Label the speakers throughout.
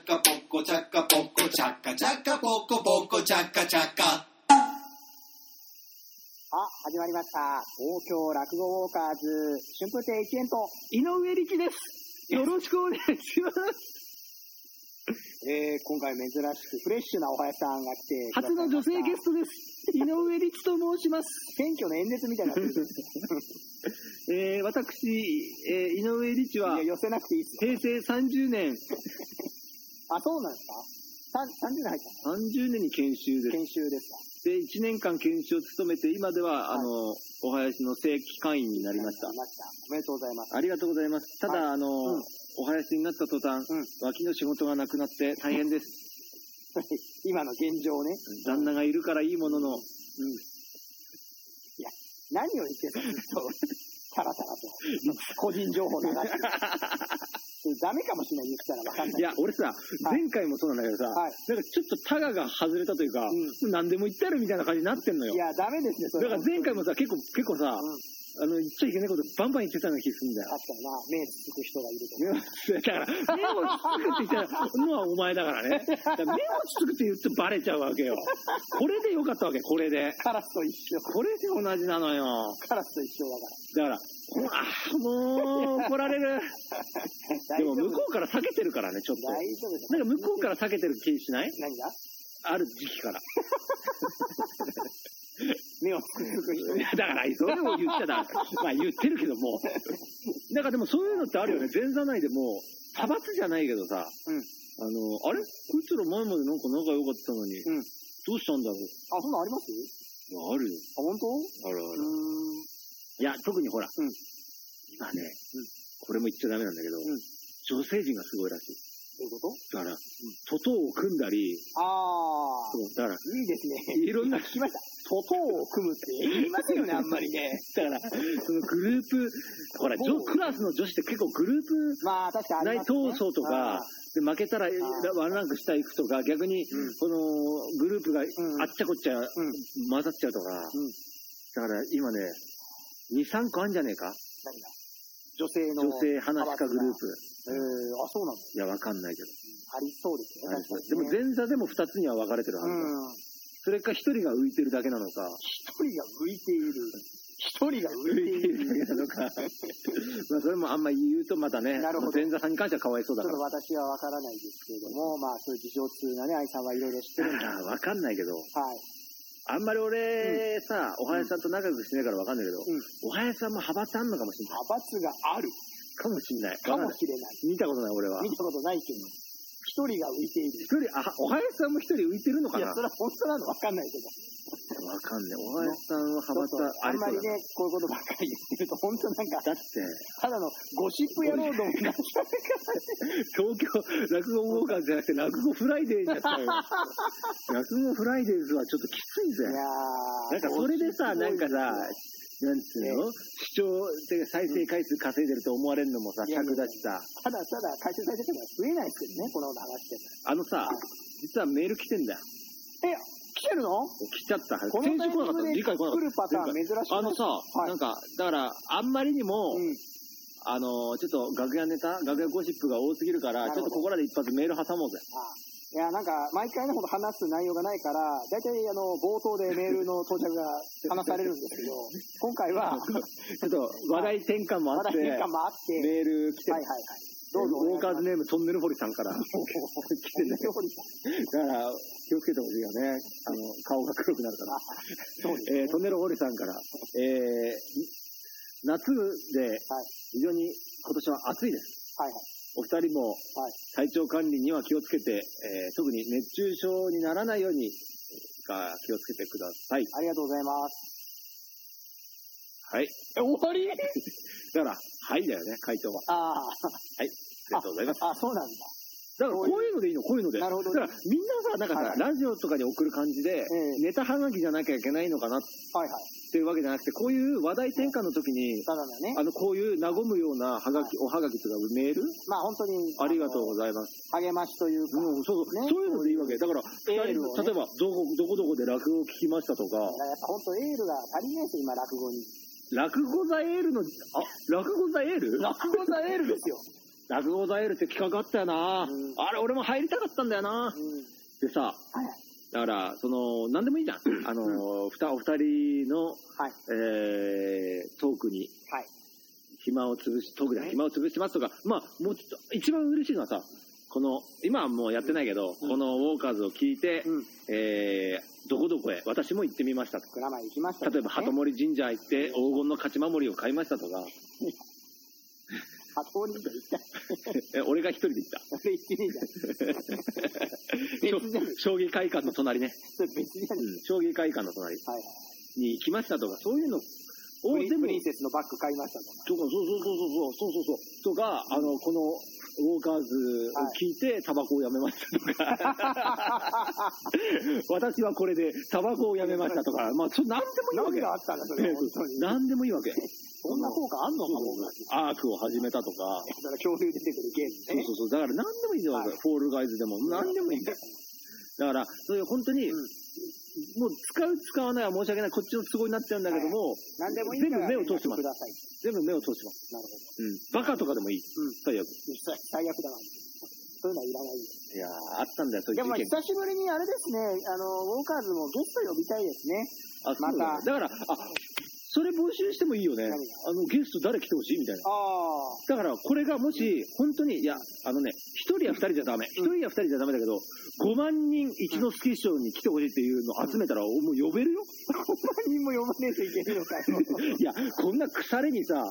Speaker 1: チャカポコチャカチャカポコポコチャカチャカ
Speaker 2: あ、始まりました。東京落語ウォーカーズ、春風亭一円と、
Speaker 3: 井上力です。よろしくお願いします。
Speaker 2: えー、今回珍しくフレッシュなおはやさんが来てくださ
Speaker 3: 初
Speaker 2: いま
Speaker 3: の
Speaker 2: した
Speaker 3: 女性ゲストです。井上力と申します。
Speaker 2: 選挙の演説みたいになってるんです
Speaker 3: えー、私、えー、井上力
Speaker 2: よ。
Speaker 3: は
Speaker 2: いや、寄せなくていいです
Speaker 3: 平成30年、
Speaker 2: あ、そうなんですか ?30 年入っ
Speaker 3: 30年に研修
Speaker 2: た
Speaker 3: で
Speaker 2: 研修ですか
Speaker 3: す。で、1年間研修を務めて、今では、あの、お囃子の正規会員になりまし
Speaker 2: ありました。おめでとうございます。
Speaker 3: た。ありがとうございます。ただ、
Speaker 2: は
Speaker 3: あの、
Speaker 2: うん
Speaker 3: お囃子になった途端、
Speaker 2: うん
Speaker 3: 脇の仕事がなくなって大変です。
Speaker 2: 今の現状ね。
Speaker 3: 旦那がいるからいいものの、
Speaker 2: 何を言ってたのず っと、さらさらと。個人情報流し て。ダメかもしれない、言ったらわかんない。
Speaker 3: いや、俺さ、
Speaker 2: い
Speaker 3: 前回もそうなんだけどさ、
Speaker 2: はい
Speaker 3: なんかちょっとタガが外れたというか、
Speaker 2: う
Speaker 3: 何でも言ってやるみたいな感じになってんのよ
Speaker 2: い。や、ダメですね、そ
Speaker 3: だ
Speaker 2: れ。
Speaker 3: から前回もさ、結構、結構さ、あの、言っちゃいけないことバンバン言ってたような気 がするんだ
Speaker 2: あったよな、目つつく人がいると。
Speaker 3: よ。だから、目をつつくって言ったのはお前だからね。だから目をつつくって言ってバレちゃうわけよ。これでよかったわけ、これで。
Speaker 2: カラスと一緒。
Speaker 3: これで同じなのよ。
Speaker 2: カラスと一緒だから。
Speaker 3: だから、ほら、もう怒られ る。でも向こうから避けてるからね、ちょっと。
Speaker 2: 大丈夫
Speaker 3: なんか向こうから避けてる気しない
Speaker 2: 何が
Speaker 3: ある時期から。
Speaker 2: 目をつくつく人。
Speaker 3: いやだから、それを言っち ゃだ。まあ言ってるけども。なんかでもそういうのってあるよね。前座内でも、派閥じゃないけどさ、
Speaker 2: うん
Speaker 3: あの、あれこいつら前までなんか仲良かったのに、
Speaker 2: うん
Speaker 3: どうしたんだろ
Speaker 2: あ、そんなんあります
Speaker 3: う。あるよ。
Speaker 2: あ、本当う
Speaker 3: あるあ
Speaker 2: ー
Speaker 3: る。
Speaker 2: ん。
Speaker 3: いや、特にほら、
Speaker 2: うん
Speaker 3: 今ね、これも言っちゃダメなんだけど、
Speaker 2: ん
Speaker 3: 女性陣がすごいらしい。
Speaker 2: どういうこ
Speaker 3: だから、外を組んだり、
Speaker 2: とあ
Speaker 3: そうだから、
Speaker 2: ー。いいですね。
Speaker 3: いろんな
Speaker 2: 聞きました。外を組むって言いますよね、あんまりね。
Speaker 3: だから、そのグループ、ほら、女クラスの女子って結構グループ
Speaker 2: まあ、確かにあり
Speaker 3: 内
Speaker 2: ますね。
Speaker 3: 闘争とか、で負けたらワンランク下行くとか、逆に、
Speaker 2: うん
Speaker 3: このグループが
Speaker 2: ん
Speaker 3: あっちゃこっちゃ
Speaker 2: うん。うん。
Speaker 3: 混ざっちゃうとか、
Speaker 2: ん
Speaker 3: だから今ね、2、3個あんじゃねえか
Speaker 2: 何が女性の。
Speaker 3: 女性話し家グループ。
Speaker 2: えー、あ、そうなんです。
Speaker 3: いや、わかんないけど。
Speaker 2: ありそうですね。確か
Speaker 3: で
Speaker 2: に
Speaker 3: も
Speaker 2: ね、
Speaker 3: 前座でも2つには分かれてるはずだ、
Speaker 2: うん。
Speaker 3: それか1人が浮いてるだけなの か、
Speaker 2: 一人が浮いている。一人が浮
Speaker 3: 浮
Speaker 2: い
Speaker 3: い
Speaker 2: て
Speaker 3: て
Speaker 2: い
Speaker 3: る
Speaker 2: る。
Speaker 3: だけなのか。 まあそれもあんま言うとまたね、
Speaker 2: なるほど
Speaker 3: 前座さんに関してはかわいそう
Speaker 2: ちょ
Speaker 3: だ
Speaker 2: っ
Speaker 3: か
Speaker 2: と
Speaker 3: ら。
Speaker 2: 私はわからないですけれども、まあ、そういう事情通なね、愛さんはいろいろ知ってるん
Speaker 3: だ
Speaker 2: で。
Speaker 3: から わかんないけど、
Speaker 2: はい。
Speaker 3: あんまり俺さ、おはやさんと仲良くしないからわかんないけど、
Speaker 2: うん
Speaker 3: おはやさんも派閥あんのかもしんない。
Speaker 2: 派閥がある
Speaker 3: かもしんない。
Speaker 2: か
Speaker 3: わ
Speaker 2: も
Speaker 3: んない
Speaker 2: しれない。
Speaker 3: 見たことない俺は。
Speaker 2: 見
Speaker 3: 一
Speaker 2: たことないけど、一人が浮いている。
Speaker 3: 人、あ、おはやさんも一人浮いてるのか
Speaker 2: いや、
Speaker 3: なわ
Speaker 2: それは本当なのわかんないけど。
Speaker 3: かんない。おはやさんは派閥
Speaker 2: ちょっと
Speaker 3: あ
Speaker 2: あん
Speaker 3: り
Speaker 2: ま
Speaker 3: そう
Speaker 2: り
Speaker 3: だな。
Speaker 2: ね、こういうことばっかり言ってると、本当なん か、
Speaker 3: だって、
Speaker 2: ただのゴシップ野郎どもになっちゃう
Speaker 3: 東京落語ウォーカーズじゃなく て落語フライデーになったよ。落語フライデーズはちょっときついぜ。
Speaker 2: いやー
Speaker 3: なんかそれでさ、なんかさ、なんつうの視聴、てか再生回数稼いでると思われるのもさ、
Speaker 2: いや
Speaker 3: 客だしさ。
Speaker 2: ただただ、回収されてるのは増えないですけどね、このこと話して
Speaker 3: あのさ、実はメール来てんだよ。
Speaker 2: る。え、来てるの
Speaker 3: 来ちゃった。
Speaker 2: この
Speaker 3: 先
Speaker 2: タ
Speaker 3: 週
Speaker 2: イミン
Speaker 3: 来なかっ
Speaker 2: グ
Speaker 3: た。
Speaker 2: で
Speaker 3: 理
Speaker 2: 来
Speaker 3: 解来なかった。
Speaker 2: るパターン珍しい
Speaker 3: あのさ、
Speaker 2: い
Speaker 3: なんか、だから、あんまりにも、
Speaker 2: うん。
Speaker 3: あの、ちょっと楽屋ネタ、楽屋ゴシップが多すぎるから、
Speaker 2: な
Speaker 3: ち
Speaker 2: るほ
Speaker 3: ょっ
Speaker 2: ど
Speaker 3: とここらで一発メール挟もうぜ。
Speaker 2: あいや、なんか、毎回のほど話す内容がないから、大体、あの、冒頭でメールの到着が話されるんですけど、今回は、
Speaker 3: ちょっと話題転換もあ
Speaker 2: ま
Speaker 3: って
Speaker 2: だ、変化もあって、
Speaker 3: メール来て
Speaker 2: はいはい
Speaker 3: る、
Speaker 2: はい。どうぞ
Speaker 3: ウォーカーズ
Speaker 2: ね。
Speaker 3: ネームトンネルフォリさんから。だか
Speaker 2: おー
Speaker 3: 来て ね
Speaker 2: おー堀さん
Speaker 3: ら、気をつけてほしいよね。あの、顔が黒くなるから
Speaker 2: あ。そうですね
Speaker 3: えートンネルフォリさんから、えー、夏で
Speaker 2: はい、
Speaker 3: 非常に今年は暑いです。
Speaker 2: はい
Speaker 3: お二人も
Speaker 2: はい
Speaker 3: 体調管理には気をつけて、えー特に熱中症にならないようにえー気をつけてください。
Speaker 2: ありがとうございます。
Speaker 3: はい。
Speaker 2: え、終わり
Speaker 3: だから、はいだよね、回答は。
Speaker 2: ああ、
Speaker 3: ありがとうございます。
Speaker 2: あ、そうなんだ。
Speaker 3: だから、こういうのでいいの、こういうので。
Speaker 2: なるほどね
Speaker 3: だから、みんなさ、なんかさ、
Speaker 2: はい
Speaker 3: ラジオとかに送る感じで、
Speaker 2: ええ
Speaker 3: ネタはがきじゃなきゃいけないのかなっ
Speaker 2: はいはい。
Speaker 3: ていうわけじゃなくて、こういう話題転換の時に、
Speaker 2: ただだね
Speaker 3: あ。の、こういう和むようなはがき、おはがきとかメール
Speaker 2: まあ本当に、
Speaker 3: ありがとうご
Speaker 2: ざい
Speaker 3: ざいます。
Speaker 2: ます。励ましというか、
Speaker 3: うん、そうそう、
Speaker 2: ね
Speaker 3: そういうのでいいわけ。だから、
Speaker 2: エー
Speaker 3: 二
Speaker 2: ルを
Speaker 3: 人、
Speaker 2: ね
Speaker 3: 例えば、どこ、どこどこで落語を聞きましたとか、
Speaker 2: だからやっぱ本当エールが足りないですよ、今、落語に。
Speaker 3: 落語座エールの、あ、落語座エール
Speaker 2: 落語ザエールですよ。
Speaker 3: 落語ザエルって企画あったよな、
Speaker 2: うん
Speaker 3: あれ、俺も入りたかったんだよな、
Speaker 2: う
Speaker 3: でさ、
Speaker 2: はい
Speaker 3: だから、その、なんでもいいじゃん。あの、ふたお二人の、
Speaker 2: はい
Speaker 3: えー、トークに、
Speaker 2: はい
Speaker 3: 暇を潰し、トークで暇を潰してますとか、まあ、もうちょっと、一番嬉しいのはさ、この、今はもうやってないけど、
Speaker 2: うん
Speaker 3: このウォーカーズを聞いて、
Speaker 2: ん。うん。
Speaker 3: えー、どこどこへ、私も行ってみましたと。
Speaker 2: 蔵前行きました、
Speaker 3: 例えば、鳩
Speaker 2: ね。
Speaker 3: 森神社行って、黄金の勝ち守りを買いましたとか、
Speaker 2: 鳩森で行った。
Speaker 3: え俺が一人で行った。
Speaker 2: それ一人じゃん。別じゃん。
Speaker 3: 将棋会館の隣ね。
Speaker 2: それ別じゃん。
Speaker 3: うん将棋会館の隣
Speaker 2: はい
Speaker 3: に行きましたとか、そういうのを、
Speaker 2: はい。プリ
Speaker 3: 全
Speaker 2: プ
Speaker 3: 部
Speaker 2: リンセスのバッグ買いましたとか。
Speaker 3: とか、そうそうそうそうそう、そうそうそう。とか、あの、この、ウォーカーズを聞いて、タバコをやめましたとか、 私はこれで、タバコをやめましたとか、まあ、ちょ、なんでもいいわ
Speaker 2: 何
Speaker 3: け
Speaker 2: があったんだ、それ、本当に。
Speaker 3: なんでもいいわけ。
Speaker 2: そんな効果あんのかも。
Speaker 3: アークを始めたとか、
Speaker 2: だから恐竜出てくるゲ
Speaker 3: そ
Speaker 2: ーム
Speaker 3: う
Speaker 2: ね。
Speaker 3: そうそう、だからなんでもいいんだよ、
Speaker 2: はい
Speaker 3: フォールガイズでも、なんでもいいん だよ。だから、そういう本当に、
Speaker 2: うん
Speaker 3: もう使う、使わないは申し訳ない、こっちの都合になっちゃうんだけども、
Speaker 2: 何でもいいから、
Speaker 3: 全部目を通してま
Speaker 2: 連絡く
Speaker 3: す
Speaker 2: ださい。
Speaker 3: 全部目を通します。
Speaker 2: なるほど。
Speaker 3: うん。バカとかでもいい。
Speaker 2: ん
Speaker 3: 最悪。
Speaker 2: 最悪だな。そういうのはいらない。
Speaker 3: いやー、あったんだよ、そうい
Speaker 2: で
Speaker 3: う
Speaker 2: もまあ
Speaker 3: 事件
Speaker 2: 久しぶりにあれですね、あの、ウォーカーズもゲスト呼びたいですね。
Speaker 3: あ、そうだ
Speaker 2: ま
Speaker 3: よ、ね。だから、あ、それ募集してもいいよね。
Speaker 2: 何が
Speaker 3: あの、ゲスト誰来てほしいみたいな。
Speaker 2: ああ。
Speaker 3: だから、これがもし、本当に、いや、あのね、一人や二人じゃダメ。一人や二人じゃダメだけど、5万人一之輔師匠に来てほしいっていうのを集めたら、もう呼べるよ。
Speaker 2: 何人も呼ばねえといけないの かよ。
Speaker 3: いや、こんな腐れにさ、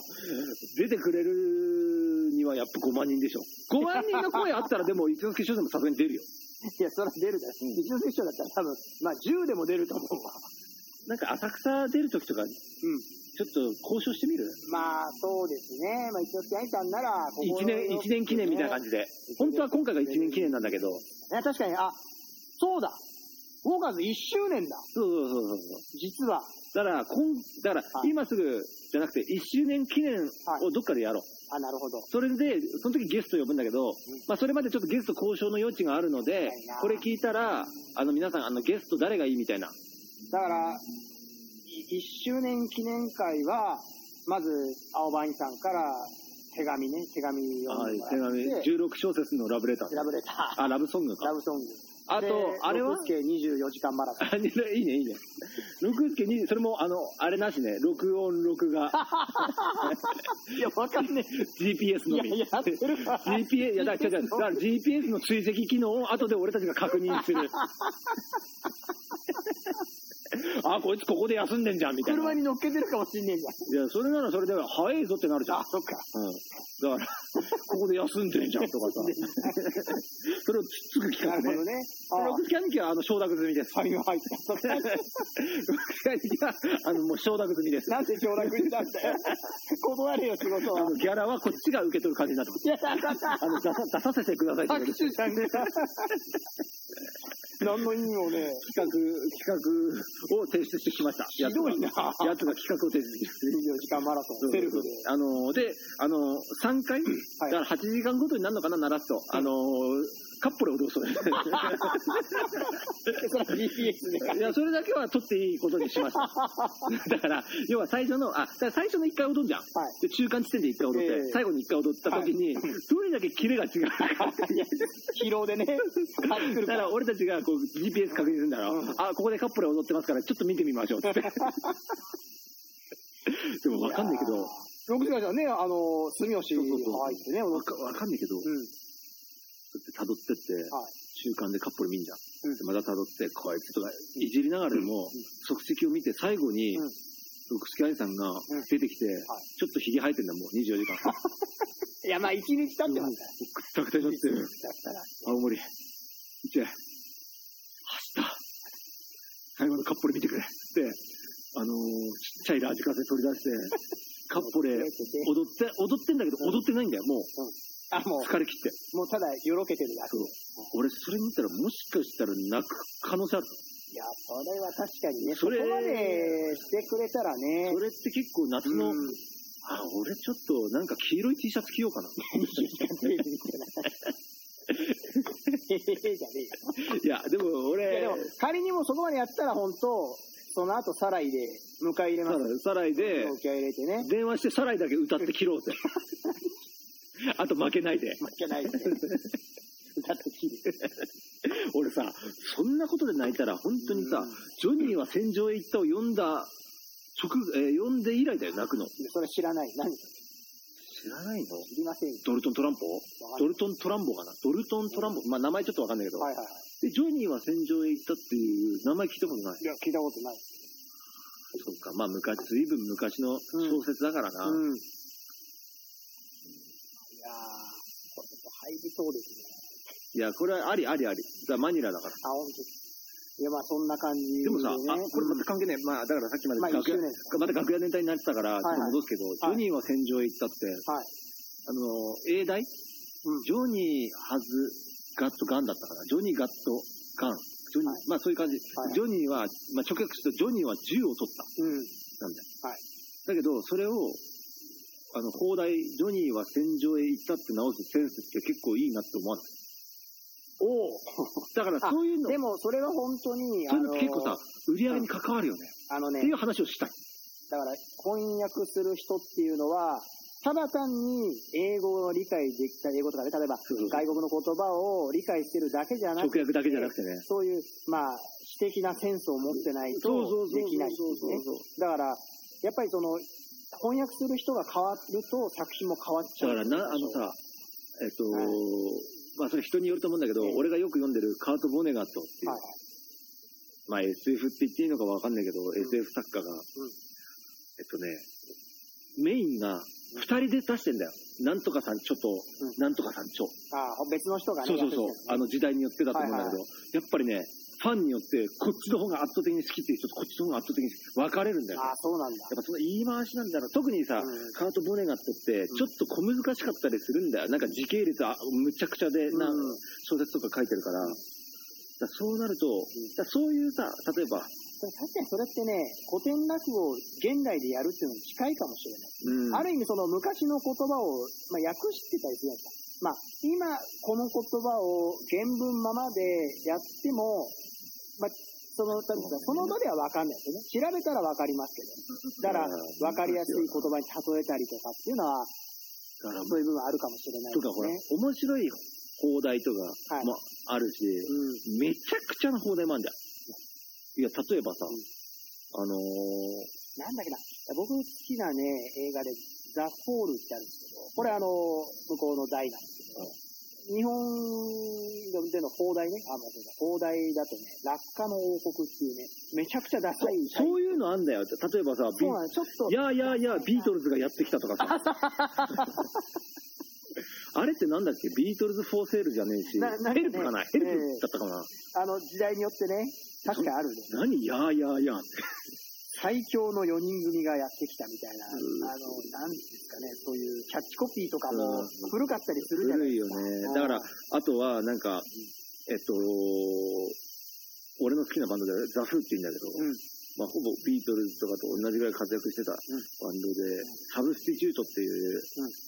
Speaker 3: 出てくれるにはやっぱ5万人でしょ。5万人の声あったら、でも一之輔師匠でもさすがに出るよ。
Speaker 2: いや、それは出るだろ。
Speaker 3: うん
Speaker 2: 一応セッションだったら多分、まあ10でも出ると思うわ。
Speaker 3: なんか浅草出るときとか、ち
Speaker 2: う
Speaker 3: ょ
Speaker 2: ん。
Speaker 3: っと交渉してみる
Speaker 2: まあそうですね。まあ一応愛さんなら、ここ
Speaker 3: 一年、一年記念みたいな感じで。本当は今回が一年記念なんだけど。
Speaker 2: いや、確かに、あ、そうだ。ウォーカーズ1周年だ。
Speaker 3: そうそうそうそうそう。
Speaker 2: 実は。
Speaker 3: だから、こん、だから
Speaker 2: は、い
Speaker 3: 今すぐじゃなくて、1周年記念をどっかでやろう。
Speaker 2: あ、なるほど。
Speaker 3: それで、その時ゲスト呼ぶんだけど、まあ、それまでちょっとゲスト交渉の余地があるので
Speaker 2: いな、
Speaker 3: これ聞いたら、あの、皆さん、あの、ゲスト誰がいいみたいな。
Speaker 2: だから、1周年記念会は、まず、青葉兄さんから手紙ね、手紙を
Speaker 3: はい、手
Speaker 2: もらっ
Speaker 3: 紙、
Speaker 2: て、
Speaker 3: 16小節のラブレター。
Speaker 2: ラブレタ
Speaker 3: あ、ラブソング
Speaker 2: ー、ラ
Speaker 3: か。
Speaker 2: ブソング。
Speaker 3: あ
Speaker 2: で
Speaker 3: と、あれは
Speaker 2: 六助24時間マラ ソン。
Speaker 3: あいいね、いいね。六助に、それも、あの、あれなしね、録音、録画、
Speaker 2: いや、わかんね
Speaker 3: GPS のみ。
Speaker 2: いや、やってるわ。
Speaker 3: GPS、いや、だから違う違うだから GPS の追跡機能を後で俺たちが確認す る。あ、こいつここで休んでんじゃん、みたいな。
Speaker 2: 車に乗っけてるかもしんねえじ
Speaker 3: いや、それならそれで早いぞってなるじ
Speaker 2: ゃ
Speaker 3: ゃ
Speaker 2: ん。あ、
Speaker 3: ん。
Speaker 2: そっか。
Speaker 3: うん。だから、ここで休んでんじゃんと かさ。それをつっつく企
Speaker 2: な
Speaker 3: 画
Speaker 2: るほ
Speaker 3: ね
Speaker 2: ど。ね。あ
Speaker 3: ロックスキャニキは、あの、承諾済みです。
Speaker 2: あ、はい、入った。
Speaker 3: ロックスキャニキは、あの、もう承諾済みです。
Speaker 2: なんで上落したんだよ。断れよ、仕事
Speaker 3: あ
Speaker 2: は
Speaker 3: の、。ギャラはこっちが受け取る感じになってます。
Speaker 2: いや、だだだ
Speaker 3: あの、出さ、出させてくださいってこと
Speaker 2: 拍
Speaker 3: です
Speaker 2: 手じゃんねえ何の意味もね。
Speaker 3: 企画、企画を提出してきました。やつが
Speaker 2: ひどいな
Speaker 3: やつが企画を提出してきました。
Speaker 2: 24時間マラソ ン、セルフで。
Speaker 3: あの、で、あの、3回、だから8時間ごとになるのかな、鳴らすと。あの、カップルをど うする
Speaker 2: それは BTS で。
Speaker 3: いや、それだけは取っていいことにし ました。だから、要は最初の、あ、だから最初の1回踊るじゃん。
Speaker 2: はい。
Speaker 3: で、中間地点で1回踊って、
Speaker 2: ええ
Speaker 3: 最後に1回踊った時に、どれだけキレが違うか。
Speaker 2: 疲労でね、カップル
Speaker 3: だか
Speaker 2: からら。
Speaker 3: 俺たちがこう GPS 確認するんだろ、
Speaker 2: うん
Speaker 3: あ、ここでカップル踊ってますから、ちょっと見てみまし ょうっつって。でもわかんないけど、
Speaker 2: 6時間じゃね、あの、住吉入
Speaker 3: そうそうそう
Speaker 2: ってね、
Speaker 3: わかわかんないけど、
Speaker 2: うん。
Speaker 3: 辿ってって、
Speaker 2: はい
Speaker 3: 中間でカップル見んじゃん。
Speaker 2: うん
Speaker 3: でまた辿って、こいつとか、いじりながらでも、足跡を見て、最後に、
Speaker 2: うん
Speaker 3: 六助兄さんが
Speaker 2: ん
Speaker 3: 出てきて、ちょっとひげ生えてんだ、もう24時間。
Speaker 2: いや、まあ、1日経ってますか
Speaker 3: くったくたになって、
Speaker 2: ら。
Speaker 3: 青森、行け。走った。最後のカップル見てくれ。って、あのーちっちゃいラジカセ取り出 して、カップルへ踊って、踊ってんだけど、踊ってないんだよ、もう。
Speaker 2: あ、も
Speaker 3: 疲れ切って。
Speaker 2: う、もうただ、よろけてるだけ。
Speaker 3: 俺、それ見たら、もしかしたら泣く可能性ある。
Speaker 2: いや、それは確かにね、そ
Speaker 3: そ
Speaker 2: こ
Speaker 3: れ
Speaker 2: までしてくれたらね
Speaker 3: そ、れって結構夏の、
Speaker 2: うん
Speaker 3: あ、俺ちょっとなんか黄色い T シャツ着よう かな。
Speaker 2: ええじゃね
Speaker 3: いや、でも
Speaker 2: えよ。い
Speaker 3: 俺
Speaker 2: や、でも、仮にもそこまでやったら、本当その後、サライで迎え入れ
Speaker 3: サ
Speaker 2: ます。
Speaker 3: ライサライで、
Speaker 2: 受け入れてね。
Speaker 3: 電話してサライだけ歌って切ろうぜ。あと負けないで。
Speaker 2: 負けないで。だとき
Speaker 3: 俺さ、そんなことで泣いたら、本当にさ、ジョニーは戦場へ行ったを読んだ、直、えー読んで以来だよ、泣くの。
Speaker 2: それ知らない。何知
Speaker 3: 知らないの
Speaker 2: りませんよ。
Speaker 3: ドルトン・トランポ
Speaker 2: わか
Speaker 3: ド
Speaker 2: んな
Speaker 3: ルトン・トランボかなドルトン・トランボ。まあ、名前ちょっとわかんないけど。
Speaker 2: いはいはいは
Speaker 3: で、ジョニーは戦場へ行ったっていう名前聞いたことない
Speaker 2: い。。いや、聞いたことない。
Speaker 3: そうか、まあ、昔、ずいぶん昔の小説だからな。
Speaker 2: うん。いやー、これちょっと入りそうですね。
Speaker 3: いや、これはありありあり。ザ・マニラだから。
Speaker 2: あ、本当いや、まあそんな感じ
Speaker 3: でもさ、あ、
Speaker 2: ね
Speaker 3: これまた関係ねえ。まあ、だからさっきまで
Speaker 2: まあ
Speaker 3: 楽屋
Speaker 2: 一周年です、
Speaker 3: また楽屋全体になってたから、
Speaker 2: い
Speaker 3: ちょっと戻すけど、ジョ
Speaker 2: はい
Speaker 3: ニーは戦場へ行ったって、
Speaker 2: はい。
Speaker 3: あの、英大
Speaker 2: うん。
Speaker 3: ジョニー・ハズ・ガット・ガンだったかな。ジョニー・ガット・ガン。ジョニー
Speaker 2: はい
Speaker 3: まあそういう感じ。
Speaker 2: はい
Speaker 3: ジョニーは、まあ直訳すると、ジョニーは銃を取っ
Speaker 2: うん。
Speaker 3: た。なんだよ。
Speaker 2: はい。
Speaker 3: だけど、それを、あの、放題、ジョニーは戦場へ行ったって直すセンスって結構いいなって思わない。
Speaker 2: お
Speaker 3: だから
Speaker 2: あ
Speaker 3: そういうの、
Speaker 2: でもそれは本当に、
Speaker 3: そういうのって結構
Speaker 2: あ
Speaker 3: さ
Speaker 2: の、
Speaker 3: 売り上げに関わるよね。
Speaker 2: あのね
Speaker 3: ってい、う話をしたい。
Speaker 2: だから翻訳する人っていうのは、ただ単に英語を理解できた、英語とかね、例えば
Speaker 3: そうそう
Speaker 2: 外国の言葉を理解してるだけじゃな
Speaker 3: 直
Speaker 2: くて、
Speaker 3: 訳だけじゃなくてね。
Speaker 2: そういう、まあ、私的なセンスを持ってないとできないんですね。だから、やっぱりその、翻訳する人が変わると作品も変わっち
Speaker 3: だ
Speaker 2: ゃ
Speaker 3: か
Speaker 2: う。
Speaker 3: らな、あのさ、えっと、
Speaker 2: はい
Speaker 3: まあそれ人によると思うんだけど、
Speaker 2: ええ
Speaker 3: 俺がよく読んでるカート・ボネガットっていう、
Speaker 2: はい、
Speaker 3: まあ SF って言っていいのかわかんないけど、SF 作家が、えっとね、メインが2人で出してんだよ。なんとかさんちょっと、
Speaker 2: うん
Speaker 3: なんとかさんちょ。
Speaker 2: ああ、別の人がね、
Speaker 3: そうそうそう。あ
Speaker 2: やってるんですね
Speaker 3: の時代によってだと思うんだけど、
Speaker 2: はいは
Speaker 3: やっぱりね、ファンによって、こっちの方が圧倒的に好きっていう人とこっちの方が圧倒的に分かれるんだよね。
Speaker 2: ああ、そうなんだ。
Speaker 3: やっぱその言い回しなんだろう。特にさ、
Speaker 2: うん
Speaker 3: カート・ボネガットって、ちょっと小難しかったりするんだよ。なんか時系列あむちゃくちゃで、な
Speaker 2: うん
Speaker 3: 小説とか書いてるから。だからそうなると、だからそういうさ、例えば、
Speaker 2: でも確かにそれってね、古典落語を現代でやるっていうのに近いかもしれない。ある意味その昔の言葉を、まあ、訳してたりするんですか。まあ、今この言葉を原文ままでやっても、まあ、その、なんていうんですかその場ではわかんないですよね。調べたらわかりますけど。だから、わかりやすい言葉に例えたりとかっていうのは、
Speaker 3: だから、
Speaker 2: そういう部分あるかもしれない
Speaker 3: と
Speaker 2: で
Speaker 3: か
Speaker 2: す
Speaker 3: ほら、
Speaker 2: ね。
Speaker 3: 面白い放題とか
Speaker 2: はい
Speaker 3: もあるし、
Speaker 2: うん。
Speaker 3: めちゃくちゃな放題もあるんだよ。いや、例えばさ、
Speaker 2: うん
Speaker 3: あのー、
Speaker 2: なんだっけな、僕好きなね、映画で、ザ・フォールってあるんですけど、これあの、向こうの題なんですけど、日本での放題ね、あの、放題だとね、落下の王国っていうね、めちゃくちゃダサい。
Speaker 3: そういうのあんだよ。例えばさ、ビ
Speaker 2: そうなんですちょっと、
Speaker 3: いやいやいや、ビートルズがやってきたとかさ。あれってなんだっけビートルズ・フォー・セールじゃねえし、
Speaker 2: ななんかね
Speaker 3: ヘルプかなヘルプだったかな、
Speaker 2: あの、時代によってね、確かにあるね。
Speaker 3: 何いやいやいやって。
Speaker 2: 最強の4人組がやってきたみたいな、
Speaker 3: ん
Speaker 2: あの、なんですかね、そういうキャッチコピーとか
Speaker 3: う
Speaker 2: も
Speaker 3: ん
Speaker 2: 古かったりするじゃな
Speaker 3: 古
Speaker 2: い
Speaker 3: い
Speaker 2: で
Speaker 3: よ
Speaker 2: すか。
Speaker 3: ね。だから、あとはなんか、えっと、俺の好きなバンドでザ・フーって言うんだけど、
Speaker 2: うん。
Speaker 3: まあ、ほぼビートルズとかと同じぐらい活躍してたバンドで、サブスティチュートっていう、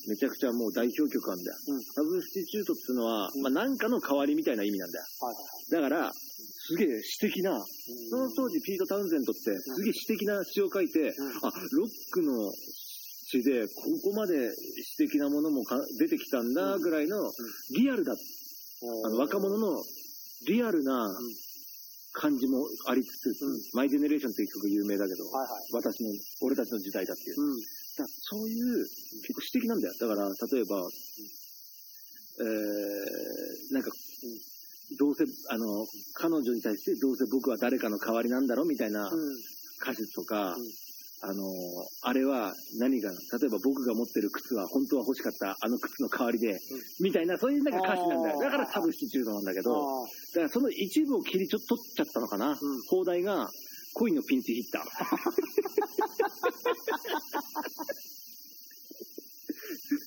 Speaker 3: めちゃくちゃもう代表曲なんだよ。
Speaker 2: うん
Speaker 3: サブスティチュートっていうのは、
Speaker 2: うん
Speaker 3: まあ、なんかの代わりみたいな意味なんだよ。
Speaker 2: はい
Speaker 3: だから、すげえ詩的な、そ
Speaker 2: はいは
Speaker 3: の
Speaker 2: い。
Speaker 3: 当時ピート・タウンゼントって、
Speaker 2: ん
Speaker 3: すげえ詩的な詩を書いて、
Speaker 2: うん
Speaker 3: あ、ロックの詩で、ここまで詩的なものもか出てきたんだ
Speaker 2: うん
Speaker 3: ぐらいの、リアルだ、あの若者のリアルな感じもありつ
Speaker 2: う
Speaker 3: つ、
Speaker 2: ん
Speaker 3: マイ・ジェネレーションっていう曲有名だけど、
Speaker 2: はいはい。
Speaker 3: 私の、俺たちの時代だっていう。
Speaker 2: うん。
Speaker 3: だそういう、結構詩的なんだよ。だから、例えば、えー、なんか、どうせ、あの、彼女に対して、どうせ僕は誰かの代わりなんだろうみたいな
Speaker 2: うん。
Speaker 3: 歌詞とか、
Speaker 2: うん
Speaker 3: あの、あれは何が、例えば僕が持ってる靴は本当は欲しかったあの靴の代わりで、みたいな、そういうなんか歌詞なんだよ。
Speaker 2: あー
Speaker 3: だからサブシチュートなんだけ
Speaker 2: あ
Speaker 3: ど、
Speaker 2: あ
Speaker 3: だからその一部を切り取っちゃったのかな。
Speaker 2: ん
Speaker 3: 放題が、恋のピンチヒッタ ー。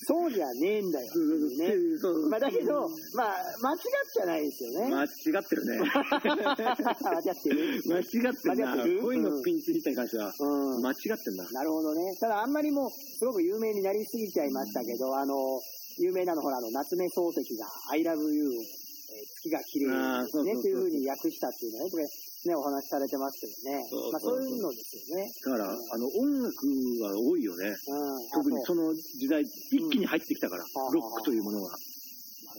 Speaker 2: そうじゃねえんだよ。ね。
Speaker 3: そう
Speaker 2: まあだけど、まあ、間違っちゃないですよね。
Speaker 3: 間違ってるね。
Speaker 2: 間違ってる。
Speaker 3: 間違ってんな
Speaker 2: 間違って。る
Speaker 3: 恋のピンチヒッターに関しては、
Speaker 2: うん。
Speaker 3: 間違ってんな。
Speaker 2: なるほどね。ただあんまりもう、すごく有名になりすぎちゃいましたけど、あの、有名なのほら、あの、夏目漱石が、I love you を、えー月が綺麗
Speaker 3: あーそうそうそう
Speaker 2: ねっていう風に訳したっていうのはね、これ、ね、お話しされてますけどね。
Speaker 3: そう
Speaker 2: まあ、そういうのですよね。
Speaker 3: だから、あの、音楽は多いよ
Speaker 2: う
Speaker 3: ね。
Speaker 2: ん。
Speaker 3: 特に
Speaker 2: あ
Speaker 3: その時代、一気に入ってきたから、
Speaker 2: うん
Speaker 3: ロックというものが。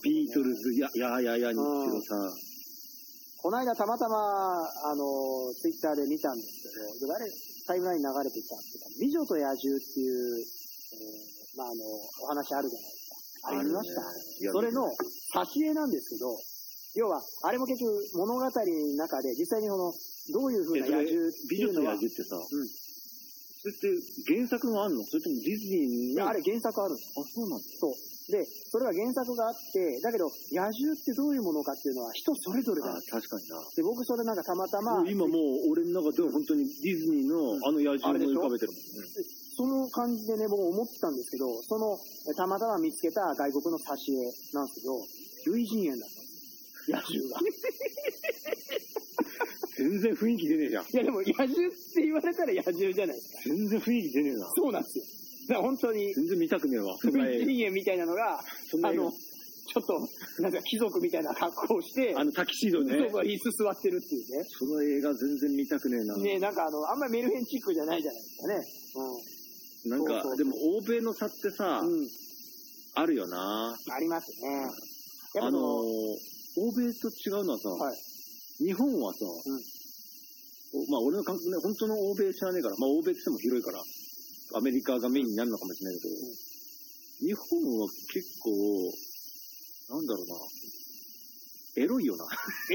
Speaker 3: ビートルズ、や、やややにしろさ、
Speaker 2: この間たまたま、あの、ツイッターで見たんですけど、誰、タイムラインに流れてきたんですけど、美女と野獣っていう、えーまあ、あの、お話あるじゃないですか。あれ見ました、
Speaker 3: いや
Speaker 2: それの挿絵なんですけど、要は、あれも結局物語の中で、実際にその、どういう風
Speaker 3: え
Speaker 2: な
Speaker 3: それ
Speaker 2: 野獣って
Speaker 3: 美
Speaker 2: い
Speaker 3: 女
Speaker 2: う
Speaker 3: と
Speaker 2: のは、
Speaker 3: 野獣ってさ、それって原作があるのそれともディズニー
Speaker 2: いや
Speaker 3: の
Speaker 2: あれ原作あるんです
Speaker 3: あ、そうなんだ。
Speaker 2: そう。で、それは原作があって、だけど、野獣ってどういうものかっていうのは人それぞれだ
Speaker 3: あ確かにな。
Speaker 2: で、僕それなんかたまたま
Speaker 3: も、う今もう俺の中では本当にディズニーのあの野獣を浮かべてる
Speaker 2: その感じでね、僕思ってたんですけど、その、えたまたま見つけた外国の挿絵なんですけど、類人 猿だったんですよ。野獣が。
Speaker 3: もんね。全然雰囲気出ねえじゃん。
Speaker 2: いやでも野獣って言われたら野獣じゃないですか。
Speaker 3: 全然雰囲気出ねえな。
Speaker 2: そうなんですよ。だから本当に、
Speaker 3: 全然見たくねえわ。そんな
Speaker 2: 類
Speaker 3: 映
Speaker 2: 人猿みたいなのが、
Speaker 3: そんな
Speaker 2: あ
Speaker 3: 映画
Speaker 2: の、ちょっと、なんか貴族みたいな格好をして、
Speaker 3: 画。あのタキシード
Speaker 2: そう
Speaker 3: ね。
Speaker 2: そう椅子座ってるっていうね。
Speaker 3: その映画全然見たくねえな。
Speaker 2: ねなんかあの、あんまりメルヘンチックじゃないじゃないですかね。
Speaker 3: なんか
Speaker 2: そうそう
Speaker 3: でも欧米の差ってさ、
Speaker 2: うん。うん。
Speaker 3: あるよな。
Speaker 2: ありますね。やっぱ
Speaker 3: あ
Speaker 2: その、
Speaker 3: のー欧米と違うのはさ、
Speaker 2: はい。
Speaker 3: 日本はさ、
Speaker 2: ん
Speaker 3: おまあ俺の感覚ね、本当の欧米知らねえから、まあ欧米って言っても広いから、アメリカがメインになるのかもしれないけど、
Speaker 2: うん
Speaker 3: 日本は結構、なんだろうな、エロいよな。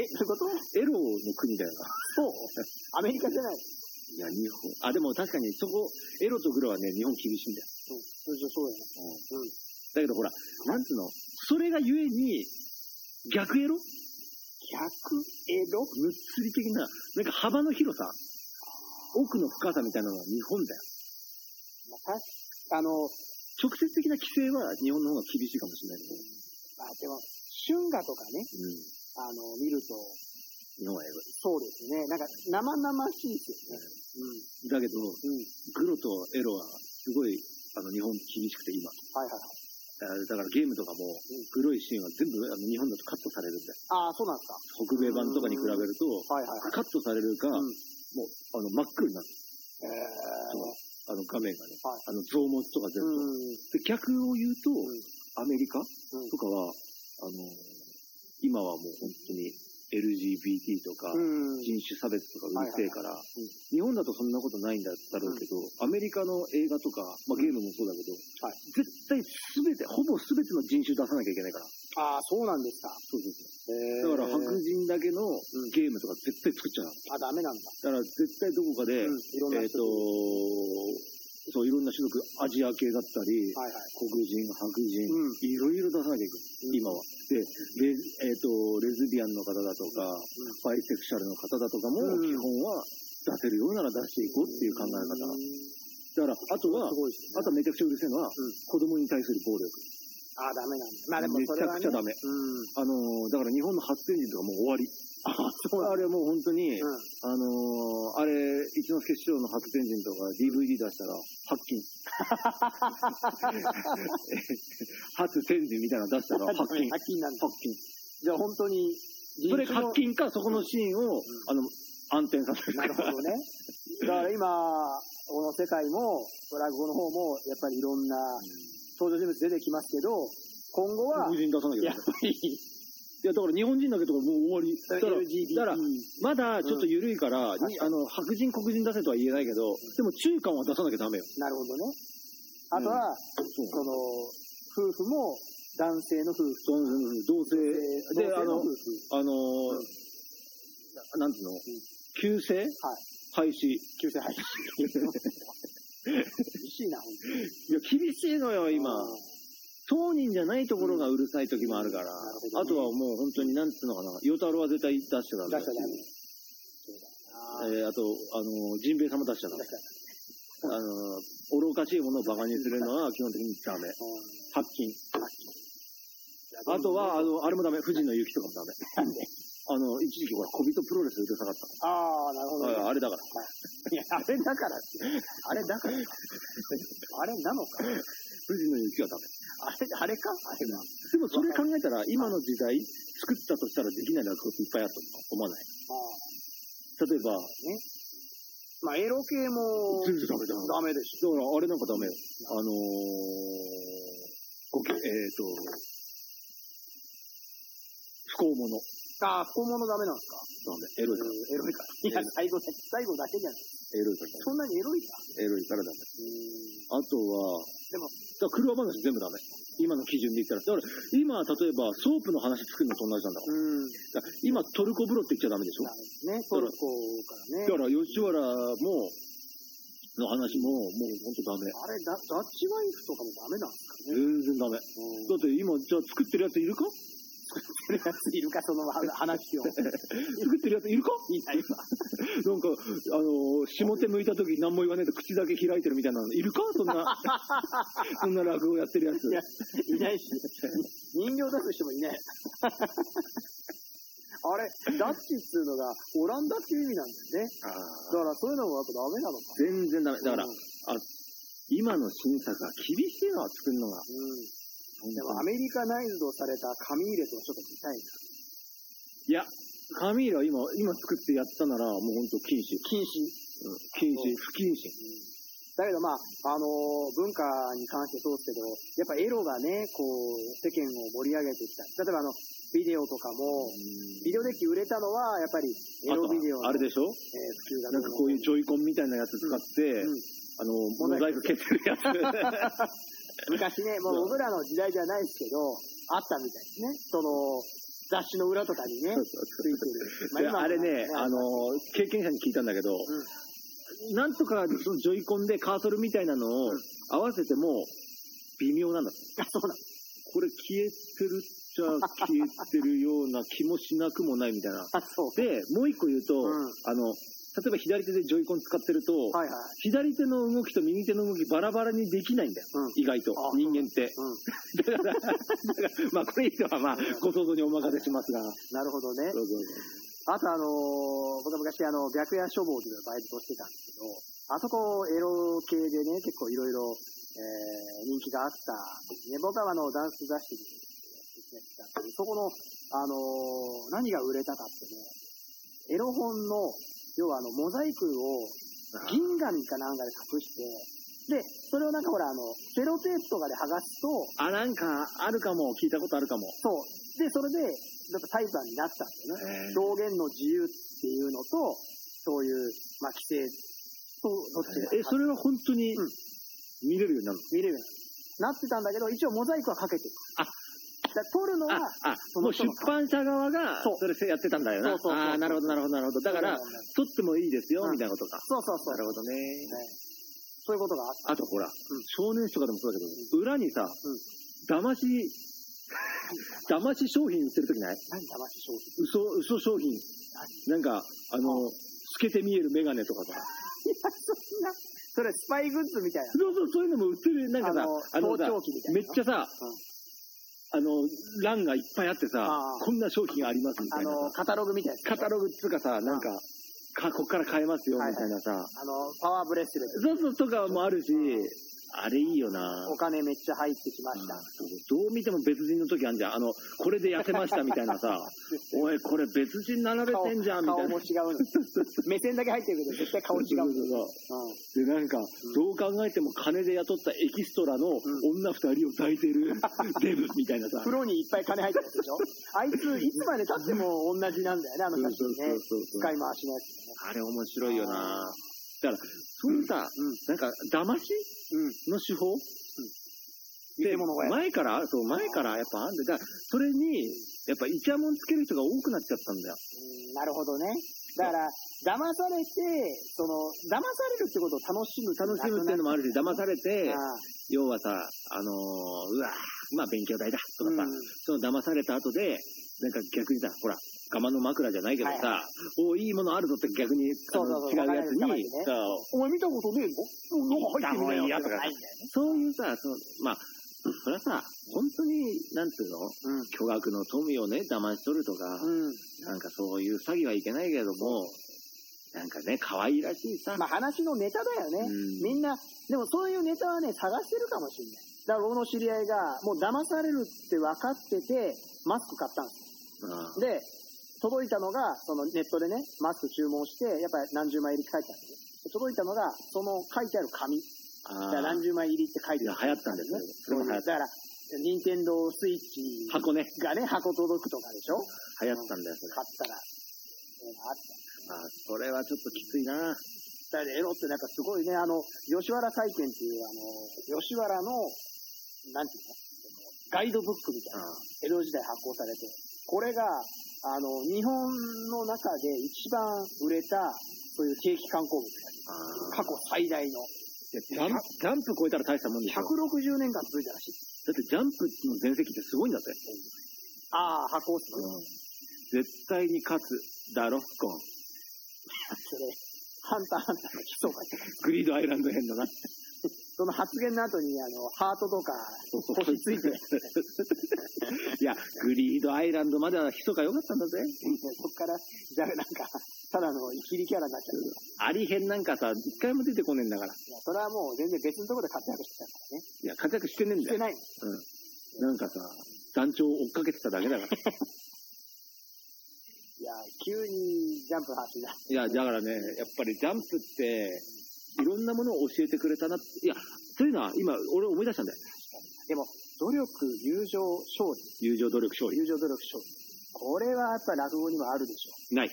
Speaker 2: え、そういうこと
Speaker 3: エロの国だよな。
Speaker 2: そうアメリカじゃない。
Speaker 3: いや、日本。あ、でも確かにそこ、エロとグロはね、日本厳しいんだよ。
Speaker 2: うん。そうそうやな。うん。
Speaker 3: だけどほら、なんつうの、それがゆえに、逆エロ
Speaker 2: 逆エロ
Speaker 3: むっつり的な、なんか幅の広さ、奥の深さみたいなのは日本だよ。
Speaker 2: まあ、確かあの、
Speaker 3: 直接的な規制は日本の方が厳しいかもしれないけど、
Speaker 2: まあ、でも、春画とかね、
Speaker 3: うん、
Speaker 2: あの、見ると、
Speaker 3: 日本はエロ
Speaker 2: そうですね。なんか、生々しいですよね。
Speaker 3: い。だけど、
Speaker 2: うん。うん。
Speaker 3: グロとエロはすごい、あの、日本厳しくて今。
Speaker 2: はいはいはい。
Speaker 3: だからだからゲームとかも、グロいシーンは全部あの日本だとカットされるんだよ。
Speaker 2: ああ、そうなんです
Speaker 3: 北米版とかに比べると、
Speaker 2: か。はいはいはい。
Speaker 3: カットされるか、
Speaker 2: うん。
Speaker 3: もう、あの、真っ黒になる。
Speaker 2: えー
Speaker 3: あの、画面がね。
Speaker 2: はい
Speaker 3: あの、増毛とか全部。
Speaker 2: うん。
Speaker 3: で、逆を言うと、
Speaker 2: ん
Speaker 3: アメリカ
Speaker 2: うん
Speaker 3: とかは、あの、今はもう本当に LGBT とか、
Speaker 2: うん。
Speaker 3: 人種差別とかうるせえから、
Speaker 2: いうん
Speaker 3: 日本だとそんなことないんだろうけど、アメリカの映画とか、まあ、ゲームもそうだけど、
Speaker 2: はい
Speaker 3: 絶対すべて、ほぼすべての人種出さなきゃいけないから。
Speaker 2: ああ、そうなんですか。
Speaker 3: そうそうそ
Speaker 2: え
Speaker 3: う。だから白人だけのゲームとか絶対作っちゃう。
Speaker 2: あ、ダメなんだ。
Speaker 3: だから絶対どこかで、
Speaker 2: うん。いろんな
Speaker 3: えっ、
Speaker 2: 人。
Speaker 3: と、そう、いろんな種族、アジア系だったり、
Speaker 2: はいはい。
Speaker 3: 黒人、白人、
Speaker 2: うん
Speaker 3: いろいろ出さなきゃいけない、今は。で、レ,、えっとレズビアンの方だとか、バイセクシャルの方だとかも、
Speaker 2: うん
Speaker 3: 基本は出せるようなら出していこうっていう考え方。
Speaker 2: うん
Speaker 3: だから、あとは
Speaker 2: す、ごいですね。
Speaker 3: あとはめちゃくちゃうるせえのは、
Speaker 2: ん
Speaker 3: 子供に対する暴力。
Speaker 2: ああ、ダメなんだ。まあでも
Speaker 3: めち
Speaker 2: それ
Speaker 3: ゃ
Speaker 2: は、ね、
Speaker 3: くちゃダメ。
Speaker 2: うん。
Speaker 3: あのーだから日本の発展時とかもう終わり。あ、そうあれはもう本当に、
Speaker 2: うん。
Speaker 3: あのー、あれ、一之輔師匠の発展人とか DVD 出したら、発金。 発展人みたいなの出したら、発金。
Speaker 2: 発金なんだ。
Speaker 3: 発金。
Speaker 2: じゃあ本当に、
Speaker 3: それ発金か、そこのシーンを、あの、暗転させる。
Speaker 2: なるほどね。だから今、この世界も、落語の方も、やっぱりいろんな登場人物出てきますけど、今後は
Speaker 3: 黒、人出さなきゃいけ
Speaker 2: や
Speaker 3: な
Speaker 2: っ
Speaker 3: い。
Speaker 2: ぱり、
Speaker 3: いや、だから日本人だけとかもう終わり。だから
Speaker 2: LGBT
Speaker 3: だから
Speaker 2: うん
Speaker 3: まだちょっと緩いから、
Speaker 2: ん
Speaker 3: にあの、白人黒人出せとは言えないけど、でも中間は出さなきゃダメよ。
Speaker 2: なるほどね。あとは、
Speaker 3: そう
Speaker 2: その、夫婦も、男性の夫婦と、
Speaker 3: そうそう同性
Speaker 2: えー
Speaker 3: で、
Speaker 2: 同
Speaker 3: あ
Speaker 2: 性の
Speaker 3: の
Speaker 2: 夫婦、。
Speaker 3: あのーななんつうの、旧姓、廃 止。
Speaker 2: 旧姓配信。厳しいな、本当に。
Speaker 3: いや、厳しいのよ、今。
Speaker 2: うん
Speaker 3: 当人じゃないところがうるさい時もあるから。
Speaker 2: なるほどね
Speaker 3: あとはもう本当に、なんつうのかな、与太郎は絶対出しちゃダメだ
Speaker 2: 出
Speaker 3: し
Speaker 2: しちゃダメ。そうだよな。
Speaker 3: えーあと、あのー、ジンベエ様出しちゃダ
Speaker 2: 出しちゃダメ
Speaker 3: メ。あのー、愚かしいものをバカにするのは基本的にダメ。
Speaker 2: う
Speaker 3: 発
Speaker 2: ん
Speaker 3: 禁。あとは、あ、の、あれもダメ。富士の雪とかもダメ。
Speaker 2: なんで
Speaker 3: あの、一時期ほら、小人プロレスうるさかっ
Speaker 2: ああ、なるほど、ね
Speaker 3: た。ああれだから。
Speaker 2: いや、あれだからって。あれだからか。あれなのか。
Speaker 3: 富士の雪はダメ。
Speaker 2: あれ、あれかあれな。
Speaker 3: でもそれ考えたら、今の時代、作ったとしたらできない落語っていっぱいあったとか思わない。例えば、
Speaker 2: まあ、エロ系も、
Speaker 3: 全部ダメだ。
Speaker 2: ダメでし
Speaker 3: だから、あれなんかダメよ。あのー、ごけ、えっ、と、不幸者。
Speaker 2: ょ。ああ、小物ダメなんですか
Speaker 3: ダメ。エロいから。
Speaker 2: エロいから。いや、最後だけ、最後だけじゃない。
Speaker 3: エロいから
Speaker 2: そんなにエロいか。
Speaker 3: ダメ。エロいからダメ。
Speaker 2: う
Speaker 3: あとは、
Speaker 2: でも、
Speaker 3: だから車話全部ダメ。今の基準で言ったら。だから、今、例えば、ソープの話作るのと同じなんだから。
Speaker 2: ん。うん。
Speaker 3: だから今、トルコ風呂って言っちゃダメでしょ
Speaker 2: ダメですね。トルコからね
Speaker 3: だ。から、吉原も、の話も、もうほんとダメ。
Speaker 2: あれ、ダダッチワイフとかもダメなんですかね。
Speaker 3: 全然ダメ。だ
Speaker 2: どう
Speaker 3: って今、じゃあ作ってるやついるか
Speaker 2: するやついるか、その 話を。
Speaker 3: 作ってるやついるか
Speaker 2: いないわ。
Speaker 3: なんか、あの、下手向いた時何も言わねえと口だけ開いてるみたいなのいるかそ んな、そんな落語やってるやつ。
Speaker 2: いや、いないし、人形出す人もい ない。あれ、ダッチっていうのがオランダっていう意味なんだよね。
Speaker 3: あ
Speaker 2: だからそういうのもやっぱダメなのか。
Speaker 3: ー全然ダメ。だ
Speaker 2: う
Speaker 3: から
Speaker 2: ん、
Speaker 3: 今の審査が厳しいのは作るのが。
Speaker 2: うん。でもアメリカナイズドされた紙入れとはちょっと見たいな。
Speaker 3: いや、カミーラ今、今作ってやったなら、もうほんと禁止。
Speaker 2: 禁止。
Speaker 3: うん禁止、不謹慎。
Speaker 2: だけどまあ、あのー文化に関してそうですけど、やっぱエロがね、こう、世間を盛り上げてきた。例えばあの、ビデオとかも、ビデオデッキ売れたのは、やっぱりエ
Speaker 3: あ
Speaker 2: ロビデオ
Speaker 3: と、あれでしょ
Speaker 2: えー普及だ
Speaker 3: なんかこういうジョイコンみたいなやつ使って、
Speaker 2: うん
Speaker 3: あの、モザイク蹴ってる やつ。
Speaker 2: 昔ね、もう僕らの時代じゃないですけど、あったみたいですね。その、雑誌の裏とかにね、ついてる。
Speaker 3: いやあれね、あの、経験者に聞いたんだけど、なんとかそのジョイコンでカーソルみたいなのを
Speaker 2: うん
Speaker 3: 合わせても微妙なんだって。
Speaker 2: あそうなん
Speaker 3: これ消えてるっちゃ消えてるような 気もしなくもないみたいな。
Speaker 2: あ、そう。
Speaker 3: で、もう一個言うと、
Speaker 2: うん
Speaker 3: あの、例えば左手でジョイコン使ってると、
Speaker 2: はいはい。
Speaker 3: 左手の動きと右手の動きバラバラにできないんだよ。
Speaker 2: うん
Speaker 3: 意外と
Speaker 2: あ。
Speaker 3: 人間って。
Speaker 2: うん。
Speaker 3: だから、だからまあこれ以上はまあご想像にお任せしますが。
Speaker 2: なるほどね
Speaker 3: ど。うぞどうぞ
Speaker 2: あとあのー僕は昔あの、白夜書房というバイトをしてたんですけど、あそこエロ系でね、結構いろいろ、えー、人気があったですね。僕はあの、ダンス雑誌にやってたんですけど、そこの、あのー何が売れたかってね、エロ本の、要はあの、モザイクを銀紙かなんかで隠して、で、それをなんかほら、あの、セロテープとかで剥がすと、
Speaker 3: あ、なんかあるかも。聞いたことあるかも。
Speaker 2: そう。で、それで、やっぱ裁判になったんだよね。
Speaker 3: へー
Speaker 2: 表現の自由っていうのと、そういう、まあ、規制と、どっちが
Speaker 3: え、それは本当に
Speaker 2: うん
Speaker 3: 見れるようになるの
Speaker 2: 見れるようになってたんだけど、一応モザイクはかけてる。
Speaker 3: あ
Speaker 2: だ撮るのは、
Speaker 3: あ、あ、
Speaker 2: そ
Speaker 3: も
Speaker 2: の
Speaker 3: う出版社側が
Speaker 2: そう、
Speaker 3: それやってたんだよな。
Speaker 2: そうそうそう
Speaker 3: ああ、なるほど、なるほど、なるほど。だから、撮ってもいいですよ、
Speaker 2: うん
Speaker 3: みたいなことか。
Speaker 2: そうそうそう。
Speaker 3: なるほどね。
Speaker 2: ねそういうことがあった。
Speaker 3: あとほら、少年誌とかでもそうだけど、裏にさ、騙し、騙し商品売ってるときない
Speaker 2: 何騙し商品
Speaker 3: 嘘、嘘商品。なんか、あの、透けて見えるメガネとかさ。
Speaker 2: いや、そんな、それスパイグッズみたいな。
Speaker 3: そうそう、そういうのも売ってる、なんかさ、
Speaker 2: あ
Speaker 3: あ
Speaker 2: の、
Speaker 3: の
Speaker 2: 盗
Speaker 3: さ
Speaker 2: 聴、器みたいな。
Speaker 3: めっちゃさ、あの、欄がいっぱいあってさ
Speaker 2: あー、
Speaker 3: こんな商品ありますみた
Speaker 2: あ
Speaker 3: いなさ。
Speaker 2: の、カタログみたいな。
Speaker 3: カタログっつうかさ、なんか、かこっから買えますよ、みたいなさ。
Speaker 2: あの、パワーブレスレット。
Speaker 3: そうそうとかもあるし、あれいいよな
Speaker 2: お金めっちゃ入ってきました。
Speaker 3: どう見ても別人の時あんじゃん。あの、これで痩せましたみたい なさ、おい、これ別人並べてんじゃんみた
Speaker 2: 顔
Speaker 3: いな
Speaker 2: も。違うの。目線だけ入ってるけど、絶対顔違う
Speaker 3: そ
Speaker 2: の。
Speaker 3: うそうそ
Speaker 2: う
Speaker 3: う
Speaker 2: ん
Speaker 3: で、なんか、どう考えても金で雇ったエキストラの女二人を抱いて るデブみたいなさ。
Speaker 2: 風呂にいっぱい金入ってるやつでしょあいつ、いつまで経っても同じなんだよね、あの
Speaker 3: そ
Speaker 2: 写
Speaker 3: うそう
Speaker 2: 真
Speaker 3: そ
Speaker 2: ね
Speaker 3: う。そう
Speaker 2: 使い回しのやつね。
Speaker 3: あれ面白いよなだから、そういうさ、なんか、騙
Speaker 2: う
Speaker 3: し
Speaker 2: ん。うん。
Speaker 3: の手法
Speaker 2: 偽物小屋。
Speaker 3: 前から、そう、前からやっぱあんで、だから、それに、やっぱイチャモンつける人が多くなっちゃったんだよ。
Speaker 2: うんなるほどね。だから、騙されて、その、騙されるってことを楽しむって
Speaker 3: 楽しむっていうのもあるし、騙され
Speaker 2: な
Speaker 3: て
Speaker 2: く、なっ
Speaker 3: 要はさ、あのーうわーまあ勉強代だ、とか
Speaker 2: た
Speaker 3: さ、
Speaker 2: うん
Speaker 3: その騙された後で、なんか逆にさ、ほら、釜の枕じゃないけど
Speaker 2: はい
Speaker 3: さ、おいいものあるぞって逆に、あの
Speaker 2: そうそうそう
Speaker 3: 違うやつ
Speaker 2: わかる
Speaker 3: に、
Speaker 2: やつ
Speaker 3: さ
Speaker 2: お前見たことねえぞなんか入ってみなよ
Speaker 3: 見た方がいいやとか
Speaker 2: ないんだよね。
Speaker 3: そういうさ、その、まあ、それはさ、本当に、なんつうの巨額の富をね、騙し取るとか、
Speaker 2: うん。うん。
Speaker 3: なんかそういう詐欺はいけないけれども、なんかね、可愛らしいさ、
Speaker 2: まあ話のネタだよね。
Speaker 3: うん
Speaker 2: みんな、でもそういうネタはね、探してるかもしれない。だから僕の知り合いが、もう騙されるって分かってて、マスク買ったんです
Speaker 3: あー
Speaker 2: で、届いたのが、そのネットでね、マスク注文して、やっぱり何十枚入りって書いてあるんですよ。届いたのが、その書いてある紙。だから
Speaker 3: あー
Speaker 2: 何。十枚入りって書い
Speaker 3: い
Speaker 2: てある。
Speaker 3: や、流行ったんですね。それも流行
Speaker 2: だ
Speaker 3: った。
Speaker 2: から、任天堂スイッチ
Speaker 3: 箱ね。
Speaker 2: がね、箱届くとかでしょ
Speaker 3: 流行ったんだよ、それ。
Speaker 2: 買ったら、そういうのあった。
Speaker 3: あーそれはちょっときついな。
Speaker 2: だからエロってなんかすごいね、あの、吉原債券っていう、あの、吉原の、なんていうのガイドブックみたいな。江戸時代発行されて、これが、あの、日本の中で一番売れた、そういう景気観光物過去最大の。
Speaker 3: ジャンジャンプ超えたら大したもんでしょ。だ
Speaker 2: 160年間続いたらしい。
Speaker 3: ってジャンプの全席ってすごいんだぜ。
Speaker 2: ああ、発行する。
Speaker 3: 絶対に勝つ。だろ、コン。
Speaker 2: それ、ハンターハンターの基礎が。
Speaker 3: グリードアイランド編だな。
Speaker 2: その発言の後に、あの、ハートとか、
Speaker 3: こ
Speaker 2: 星ついてる。
Speaker 3: いや、グリードアイランドまではひそか良かったんだぜ。
Speaker 2: そっから、じゃあなんか、ただのイキリキャラになっちゃう。
Speaker 3: アリ編なんかさ、一回も出てこねえんだから。
Speaker 2: いや、それはもう全然別のところで活躍してたからね。
Speaker 3: いや、活躍してねえん
Speaker 2: し
Speaker 3: だ
Speaker 2: て
Speaker 3: よ。
Speaker 2: ない。
Speaker 3: うん。なんかさ、団長を追っかけてただけだから。
Speaker 2: いや、急にジャンプの話になる。
Speaker 3: いや、だからね、やっぱりジャンプって、いろんなものを教えてくれたなって。いや、というのは、今、俺思い出したんだよ。
Speaker 2: でも、努力、友情、勝利。
Speaker 3: 友情、努力、勝利。
Speaker 2: 友情努力勝利。これはやっぱ落語にもあるでしょ。
Speaker 3: ない。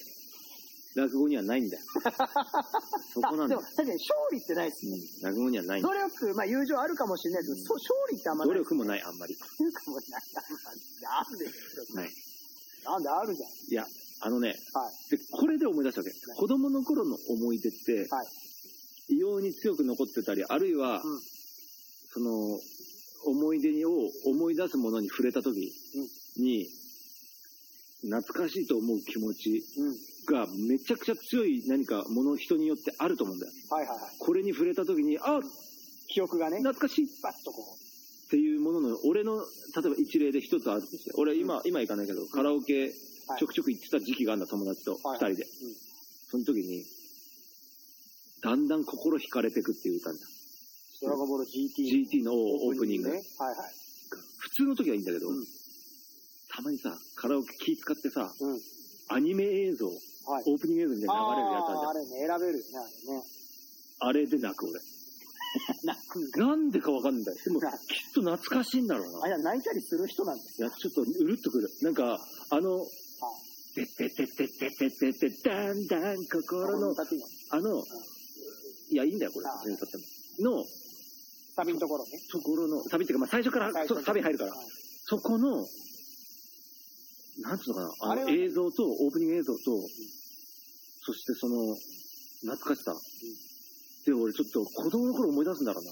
Speaker 3: 落語にはないんだよ。 そこなん
Speaker 2: でも
Speaker 3: だよ。
Speaker 2: 確かに勝利ってないです。
Speaker 3: うん、落語にはないんだ
Speaker 2: 努
Speaker 3: よ。
Speaker 2: 力、まあ友情あるかもしれないですけど、そう勝利ってあんま
Speaker 3: 努
Speaker 2: ない。
Speaker 3: 力もない、あんまり。
Speaker 2: 努力もない。あるでしょ。
Speaker 3: ない。
Speaker 2: なんであるじゃん。
Speaker 3: いや、あのね、
Speaker 2: はい。
Speaker 3: でこれで思い出したわけ。子供の頃の思い出って、
Speaker 2: はい。
Speaker 3: 異様に強く残ってたり、あるいは、
Speaker 2: うん
Speaker 3: その、思い出を思い出すものに触れた時に、懐かしいと思う気持ち
Speaker 2: うん。
Speaker 3: がめちゃくちゃ強い何かもの、人によってあると思うんだよ。
Speaker 2: はいはいはい。
Speaker 3: これに触れた時に、あ
Speaker 2: 記憶がね、
Speaker 3: 懐かしい
Speaker 2: バッとこう。
Speaker 3: っていうものの、俺の、例えば一例で一つあるとして、俺今、今行かないけど、カラオケ
Speaker 2: はい
Speaker 3: ちょくちょく行ってた時期があんだ、友達と、
Speaker 2: は
Speaker 3: 二
Speaker 2: い
Speaker 3: 人で。その時に、だんだん心惹かれてくっていう歌なんだ。
Speaker 2: ドラゴンボール GT。
Speaker 3: GT のオープニング。
Speaker 2: ね。はいはい。
Speaker 3: 普通の時はいいんだけど、
Speaker 2: うん
Speaker 3: たまにさ、カラオケ気使ってさ、
Speaker 2: うん。
Speaker 3: アニメ映像、
Speaker 2: はい。
Speaker 3: オープニング映像みたいに流れるやつあるじゃん
Speaker 2: あー。あれね、選べるよね、
Speaker 3: あれで泣く俺。
Speaker 2: あれね。 泣くんだ。
Speaker 3: なんでかわかんないんだよ。でも、きっと懐かしいんだろうな
Speaker 2: あ。れは泣いたりする人なんです
Speaker 3: いや、ちょっとうるっとくる。なんか、あの、てってってってってってってって、だんだん
Speaker 2: よ。
Speaker 3: 心の、
Speaker 2: サビの。
Speaker 3: あの、いや、いいんだよ、これ
Speaker 2: あ。
Speaker 3: 連作ってもの、
Speaker 2: サビのところね。
Speaker 3: ところの、サビっていうか、まあ、最初から、そうサビ入るから
Speaker 2: は、い
Speaker 3: そこの、なんつうのかな、あの
Speaker 2: あれはね
Speaker 3: 映像と、オープニング映像と、そしてその、懐かしさ。で、俺ちょっと子供の頃思い出すんだろうな。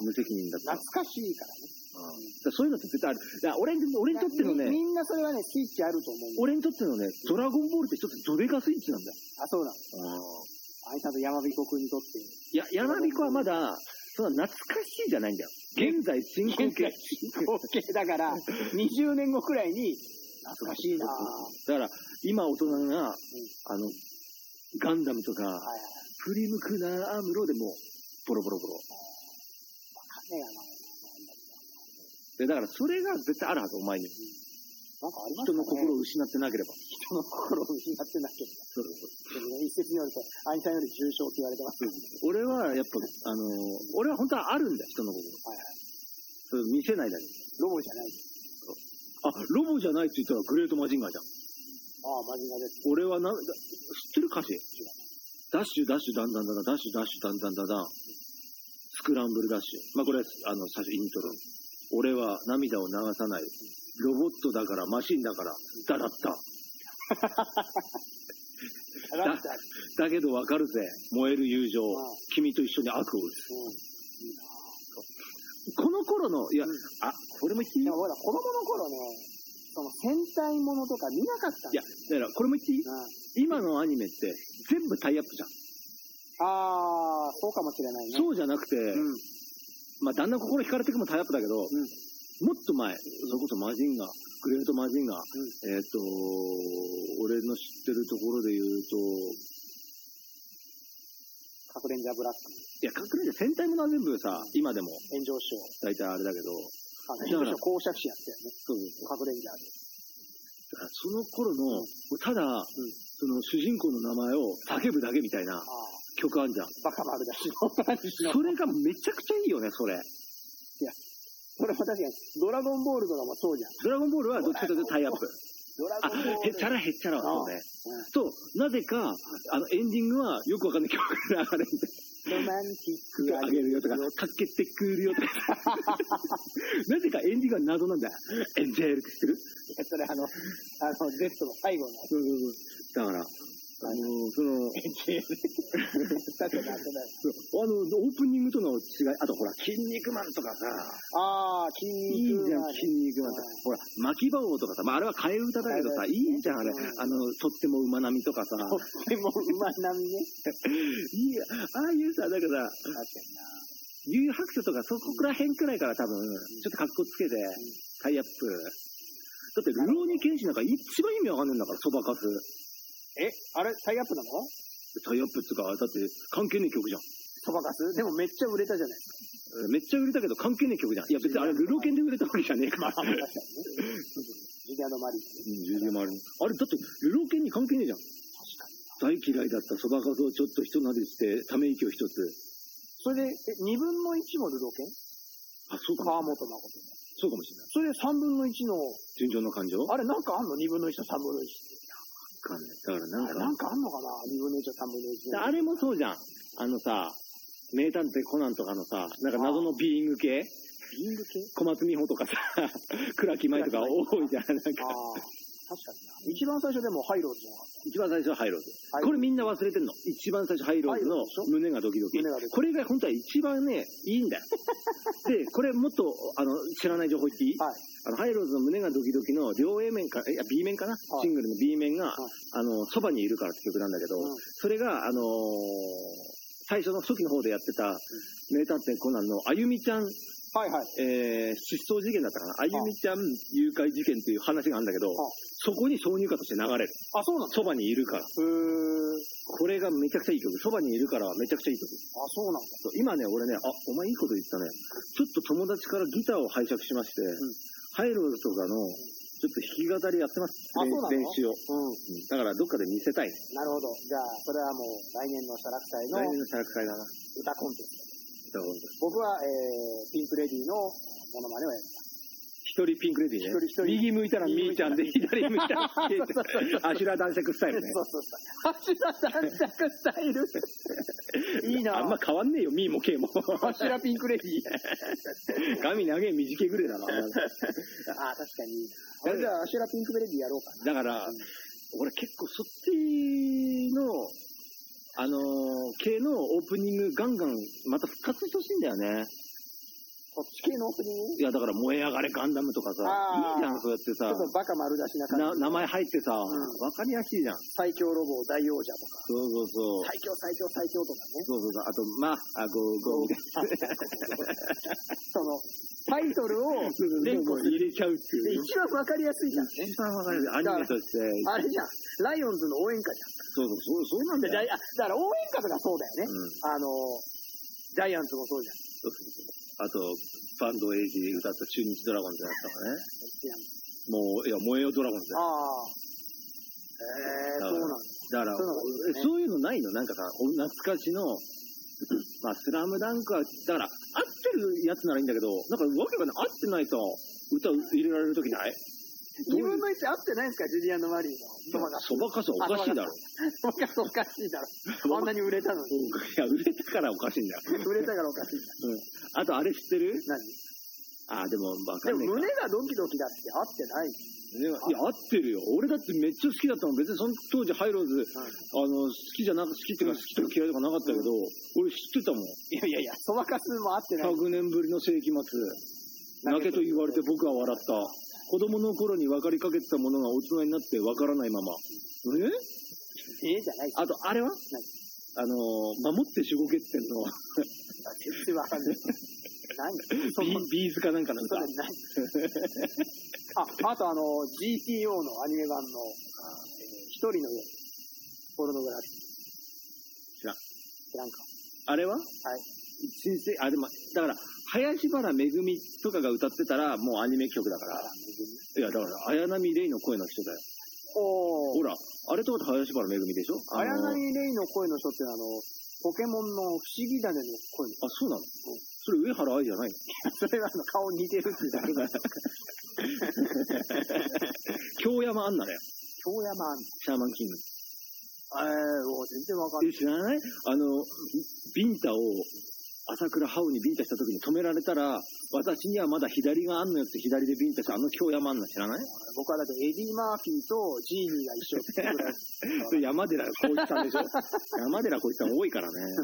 Speaker 3: 無責任だったら。
Speaker 2: 懐かしいからね。
Speaker 3: うんだからそういうのって絶対ある。だから俺に、俺にとってのね、
Speaker 2: みみんなそれはね、スイッチあると思うんだよ。
Speaker 3: 俺にとってのね、ドラゴンボールって一つドベガスイッチなんだよ。
Speaker 2: あ、そうなんです。あいさんと山彦君にとって。
Speaker 3: いや、山彦はまだ、そんな懐かしいじゃないんだよ。現在進行
Speaker 2: 現
Speaker 3: 形
Speaker 2: 在。進行形だから、20年後くらいに、懐かしいなぁ。
Speaker 3: だから、今大人が、あの、ガンダムとか、
Speaker 2: はいはい。
Speaker 3: プリムクナーアムロでもう、ボロボロボロ。
Speaker 2: わかんねえやな。
Speaker 3: で、だからそれが絶対あるはず、お前に。
Speaker 2: なんかあります
Speaker 3: 人
Speaker 2: かね
Speaker 3: の心を失ってなければ。
Speaker 2: 人の心を失ってなければ。
Speaker 3: そうそうそう
Speaker 2: でもね一説によると、アイさんより重症って言われてます。
Speaker 3: 俺は、やっぱ、あの、俺は本当はあるんだよ、人の心。
Speaker 2: はいはい。
Speaker 3: それ見せないだけ。
Speaker 2: ロボじゃないです。
Speaker 3: あ、ロボじゃないって言ったらグレートマジンガーじゃん。
Speaker 2: ああ、マジでです。
Speaker 3: 俺はな、だ知ってる歌詞ダッシュ、ダッシュ、ダンダンダダ、ダッシュ、ダッシュ、ダンダンダダ、スクランブルダッシュ。まあ、これ、あの、最初、イントロ。俺は涙を流さない。ロボットだから、マシンだから、ダダッタ。
Speaker 2: だって、うん。
Speaker 3: だけどわかるぜ。燃える友情
Speaker 2: うん。
Speaker 3: 君と一緒に悪を打つ。この頃の、いや、
Speaker 2: うん
Speaker 3: あ、これも言っていい
Speaker 2: でもほら、子供の頃ね、その戦隊ものとか見なかったん
Speaker 3: いや
Speaker 2: です、
Speaker 3: だから、これも言っていい
Speaker 2: よ。うん
Speaker 3: 今のアニメって、全部タイアップじゃん。
Speaker 2: ああ、そうかもしれないね。
Speaker 3: そうじゃなくて、
Speaker 2: うん。
Speaker 3: まあ、だんだん心惹かれてくもタイアップだけど、
Speaker 2: ん
Speaker 3: もっと前、それこそマジンガー、グレートマジンガー、えっ、と、俺の知ってるところで言うと、
Speaker 2: カクレンジャーブラック、
Speaker 3: いや、隠れて戦隊ものは全部さ、今でも
Speaker 2: 炎上師匠。
Speaker 3: 大体あれだけど、
Speaker 2: あの、炎
Speaker 3: だから
Speaker 2: 上師匠公爵士やってたよね。
Speaker 3: そうそうそう
Speaker 2: カクレンジャーで。
Speaker 3: だからその頃の、ただ、その主人公の名前を叫ぶだけみたいな
Speaker 2: ああ
Speaker 3: 曲あんじゃん。
Speaker 2: バカ丸だし、そんな感じの
Speaker 3: それがめちゃくちゃいいよね、それ。
Speaker 2: これも確かに、ドラゴンボールとかもそうじゃん。
Speaker 3: ドラゴンボールはどっちかというとタイアップ。
Speaker 2: ドラ
Speaker 3: あ、
Speaker 2: ゴンボール。
Speaker 3: へっちゃらへっちゃらはそうね
Speaker 2: うん。
Speaker 3: と、なぜか、あの、エンディングはよくわかんない曲が流れて、
Speaker 2: ロマンチック
Speaker 3: あげる よとか、かけてくるよとか。なぜかエンディングは謎なんだよ。エンジェルって知ってる
Speaker 2: それあの、あの、ゼットの最後の。
Speaker 3: そうそうそう。だから、あの、その、
Speaker 2: 確かにあってない
Speaker 3: そうあの、オープニングとの違い、あとほら、筋肉マンとかさ、
Speaker 2: あー、
Speaker 3: いい
Speaker 2: 筋
Speaker 3: じ
Speaker 2: 肉
Speaker 3: ゃ
Speaker 2: マ
Speaker 3: ん、
Speaker 2: ン
Speaker 3: 筋肉マンとか。ほら、巻き場王とかさ、まあ、あれは替え歌だけどさ、
Speaker 2: 替え歌
Speaker 3: いいじゃん、あれ。
Speaker 2: うん
Speaker 3: あの、とっても馬並みとかさ。
Speaker 2: とっても馬並みね。
Speaker 3: いや、ああいうさ、だからさ、
Speaker 2: 確か
Speaker 3: 悠々白書とかそこら辺くらいから多分、ちょっと格好つけて、タイアップ。だって、ルローニケンシなんか一番意味わかんねえんだから、そばかす。
Speaker 2: にな。え、あれタイアップなの
Speaker 3: タイアップっつうか、だって関係ねえ曲じゃん。
Speaker 2: そばかすでもめっちゃ売れたじゃないです
Speaker 3: めっちゃ売れたけど関係ねえ曲じゃん。いや別にあれ、ルロケンで売れたわけじゃねえか
Speaker 2: か。まあ、
Speaker 3: ら。
Speaker 2: 確かにね。ジュリアのマリーって。
Speaker 3: うん全然ある。あれ、だって、ルロケンに関係ねえじゃん。大嫌いだったそばかすをちょっと一撫でして、ため息を一つ。
Speaker 2: それで、え、2分の1もルロケン
Speaker 3: あ、そうか
Speaker 2: 川
Speaker 3: も。
Speaker 2: 本誠の。
Speaker 3: そうかもしれない。
Speaker 2: それで3分の1の、
Speaker 3: 純情の感情
Speaker 2: あれなんかあんの ?2 分の1と3分の1。
Speaker 3: かんない。だからなん
Speaker 2: あれな
Speaker 3: か
Speaker 2: ん、かあんのかな ?2 分の1と3分の1。
Speaker 3: あれもそうじゃん。あのさ、名探偵コナンとかのさ、なんか謎のビーイング系
Speaker 2: リング系
Speaker 3: 小松美穂とかさ、 倉木舞とか多いじゃん。なん
Speaker 2: あ
Speaker 3: か、
Speaker 2: あ、確かにな。一番最初でもハイローズの
Speaker 3: 一番最初はハイローズ。
Speaker 2: ハイローズ
Speaker 3: これみんな忘れてんの。一番最初ハイローズ
Speaker 2: ハイロ
Speaker 3: の
Speaker 2: ーズでしょ
Speaker 3: 胸がドキドキ。
Speaker 2: 胸がドキドキ
Speaker 3: これが本当は一番ね、いいんだよ。で、これもっと、あの、知らない情報言っていい
Speaker 2: はい。
Speaker 3: あの、ハイローズの胸がドキドキの両 A 面か、えいや、B 面かな、
Speaker 2: い
Speaker 3: シングルの B 面が、
Speaker 2: い
Speaker 3: あの、そばにいるからって曲なんだけど、
Speaker 2: うん
Speaker 3: それが、あのー最初の初期の方でやってた、名探偵コナンの、あゆみちゃん、
Speaker 2: はいはい。
Speaker 3: えー、失踪事件だったかな。あゆみちゃん誘拐事件っていう話があるんだけど、
Speaker 2: あ
Speaker 3: そこに挿入歌として流れる。
Speaker 2: あ、そうなんだ。
Speaker 3: そばにいるか
Speaker 2: へ
Speaker 3: ら。
Speaker 2: ー。
Speaker 3: これがめちゃくちゃいい曲。そばにいるからはめちゃくちゃいい曲。
Speaker 2: あ、そうなんだ。
Speaker 3: そう今ね、俺ね、あ、お前いいこと言ったね。ちょっと友達からギターを拝借しまして、ハイローズとかの、ちょっと弾き語りやってます。
Speaker 2: あ
Speaker 3: 練
Speaker 2: そうなの
Speaker 3: 練習を。
Speaker 2: うん。
Speaker 3: だからどっかで見せたいね。
Speaker 2: なるほど。じゃあ、それはもう来年の写楽祭
Speaker 3: 来
Speaker 2: の
Speaker 3: 年の社楽祭だな。
Speaker 2: 歌コンテンツ。
Speaker 3: だから
Speaker 2: 僕は、えー、ピンクレディのモノマネをやり
Speaker 3: 一人ピンクレディね。
Speaker 2: 一人一人
Speaker 3: 右向いたらみーちゃんで、左向いたらみ ーちゃん。あちら男爵スタイル
Speaker 2: ま
Speaker 3: ね
Speaker 2: す。。そうそうそう。柱男爵スタイル。 いいな
Speaker 3: あんま変わんねえよ、ミーも K も。
Speaker 2: 柱ピンクレディ。
Speaker 3: 髪長え短えぐれだな。
Speaker 2: あ、確かに。あじゃあ、柱ピンクレディやろうか
Speaker 3: だから、俺結構そっちの、あのー系のオープニングガンガンまた復活してほしいんだよね。
Speaker 2: こっち系のオープニング
Speaker 3: いやだから燃え上がれガンダムとかさ、
Speaker 2: あー
Speaker 3: いいじゃん、そうやって
Speaker 2: ち
Speaker 3: さ
Speaker 2: ょっ、とバカ丸出しな感
Speaker 3: な
Speaker 2: じ。
Speaker 3: 名前入ってさ、わ、
Speaker 2: ん
Speaker 3: かりやすいじゃん。
Speaker 2: 最強ロボ大王者とか、
Speaker 3: そうそうそう。
Speaker 2: 最強最強最強とかね。
Speaker 3: そうそうそう。あと、まあ、ゴーゴーみたいな。
Speaker 2: その、タイトルを連呼する。
Speaker 3: 入れちゃうっていう。
Speaker 2: 一番わかりやすいじゃんね。
Speaker 3: 一番わかる。アニメとして。
Speaker 2: あれじゃん。ライオンズの応援歌じ
Speaker 3: そうそう、そうそうな
Speaker 2: ゃ
Speaker 3: ん
Speaker 2: ん。
Speaker 3: だ
Speaker 2: だ
Speaker 3: よ。
Speaker 2: あだから応援歌とかそうだよね。
Speaker 3: うん。
Speaker 2: あの、ジャイアンツもそうじゃん。
Speaker 3: そうそうそう。あと、バンドエイジで歌った中日ドラゴンズだったからね。もう、いや、燃えよドラゴンズだよ
Speaker 2: ああ。えー、そうなんだ。
Speaker 3: だから、
Speaker 2: そうなのいいね
Speaker 3: そういうのないのなんかさ、お懐かしの、 まあ、スラムダンクは、だから、合ってるやつならいいんだけど、なんかわけがない、合ってないと、歌入れられるときない
Speaker 2: 自分の位置合ってないんですかジュリアン・マリーの。
Speaker 3: そばかすはおかしいだろ。
Speaker 2: そばかすおかしいだろ。あんなに売れたのに。
Speaker 3: いや、売れたからおかしいんだよ。
Speaker 2: 売れたからおかしいじ
Speaker 3: あと、あれ知ってる
Speaker 2: ゃん。
Speaker 3: あ、でも、わか
Speaker 2: 何
Speaker 3: ん
Speaker 2: で
Speaker 3: ない
Speaker 2: も
Speaker 3: か。
Speaker 2: 胸がドキドキだって合ってない。
Speaker 3: いや、合ってるよ。俺だってめっちゃ好きだったもん。別にその当時ハイローズ、あの、好きじゃなく、好きっていうか好きとか嫌いとかなかったけど、俺知ってたもん。
Speaker 2: いやいやいや、そばかすも合ってない。
Speaker 3: 100年ぶりの世紀末。泣けと言われて僕は笑った。子供の頃に分かりかけてたものが大人になって分からないまま。え
Speaker 2: ええじゃない。
Speaker 3: あと、あれはあの、守って守護決戦の
Speaker 2: 全然わかんない。何そん
Speaker 3: ビ
Speaker 2: な
Speaker 3: ービーズかなんかなん
Speaker 2: そ
Speaker 3: か
Speaker 2: れ。何あ、あとあの、GTO のアニメ版の、えー一人のように、ポルノグラフィ
Speaker 3: 知らん
Speaker 2: 知らんか。
Speaker 3: あれは
Speaker 2: はい。
Speaker 3: 新生、あ、でも、だから、林原めぐみとかが歌ってたら、もうアニメ曲だから。いや、だから、綾波レイの声の人だよ。
Speaker 2: お
Speaker 3: ほ
Speaker 2: ー。
Speaker 3: ら、あれってこと林原めぐみでしょあ
Speaker 2: 綾
Speaker 3: の
Speaker 2: 波レイの声の人って、あの、ポケモンの不思議種の声の人。
Speaker 3: あ、そうなのそれ上原愛じゃないの
Speaker 2: それはあの、顔似てるってだけだ。
Speaker 3: 京山アンナだよ。
Speaker 2: 京山あんの。
Speaker 3: シャーマンキング。
Speaker 2: えー、お全然わかんない。
Speaker 3: え、知らないあの、ビンタを、朝倉ハウにビンタした時に止められたら、私にはまだ左があんのよって左でビンタしたあの京山アンナ知らない
Speaker 2: 僕はだってエディ・マーフィーとジーニーが一緒っていうぐらい。
Speaker 3: それ山寺浩一さんでしょ 山寺浩一さん多いからね。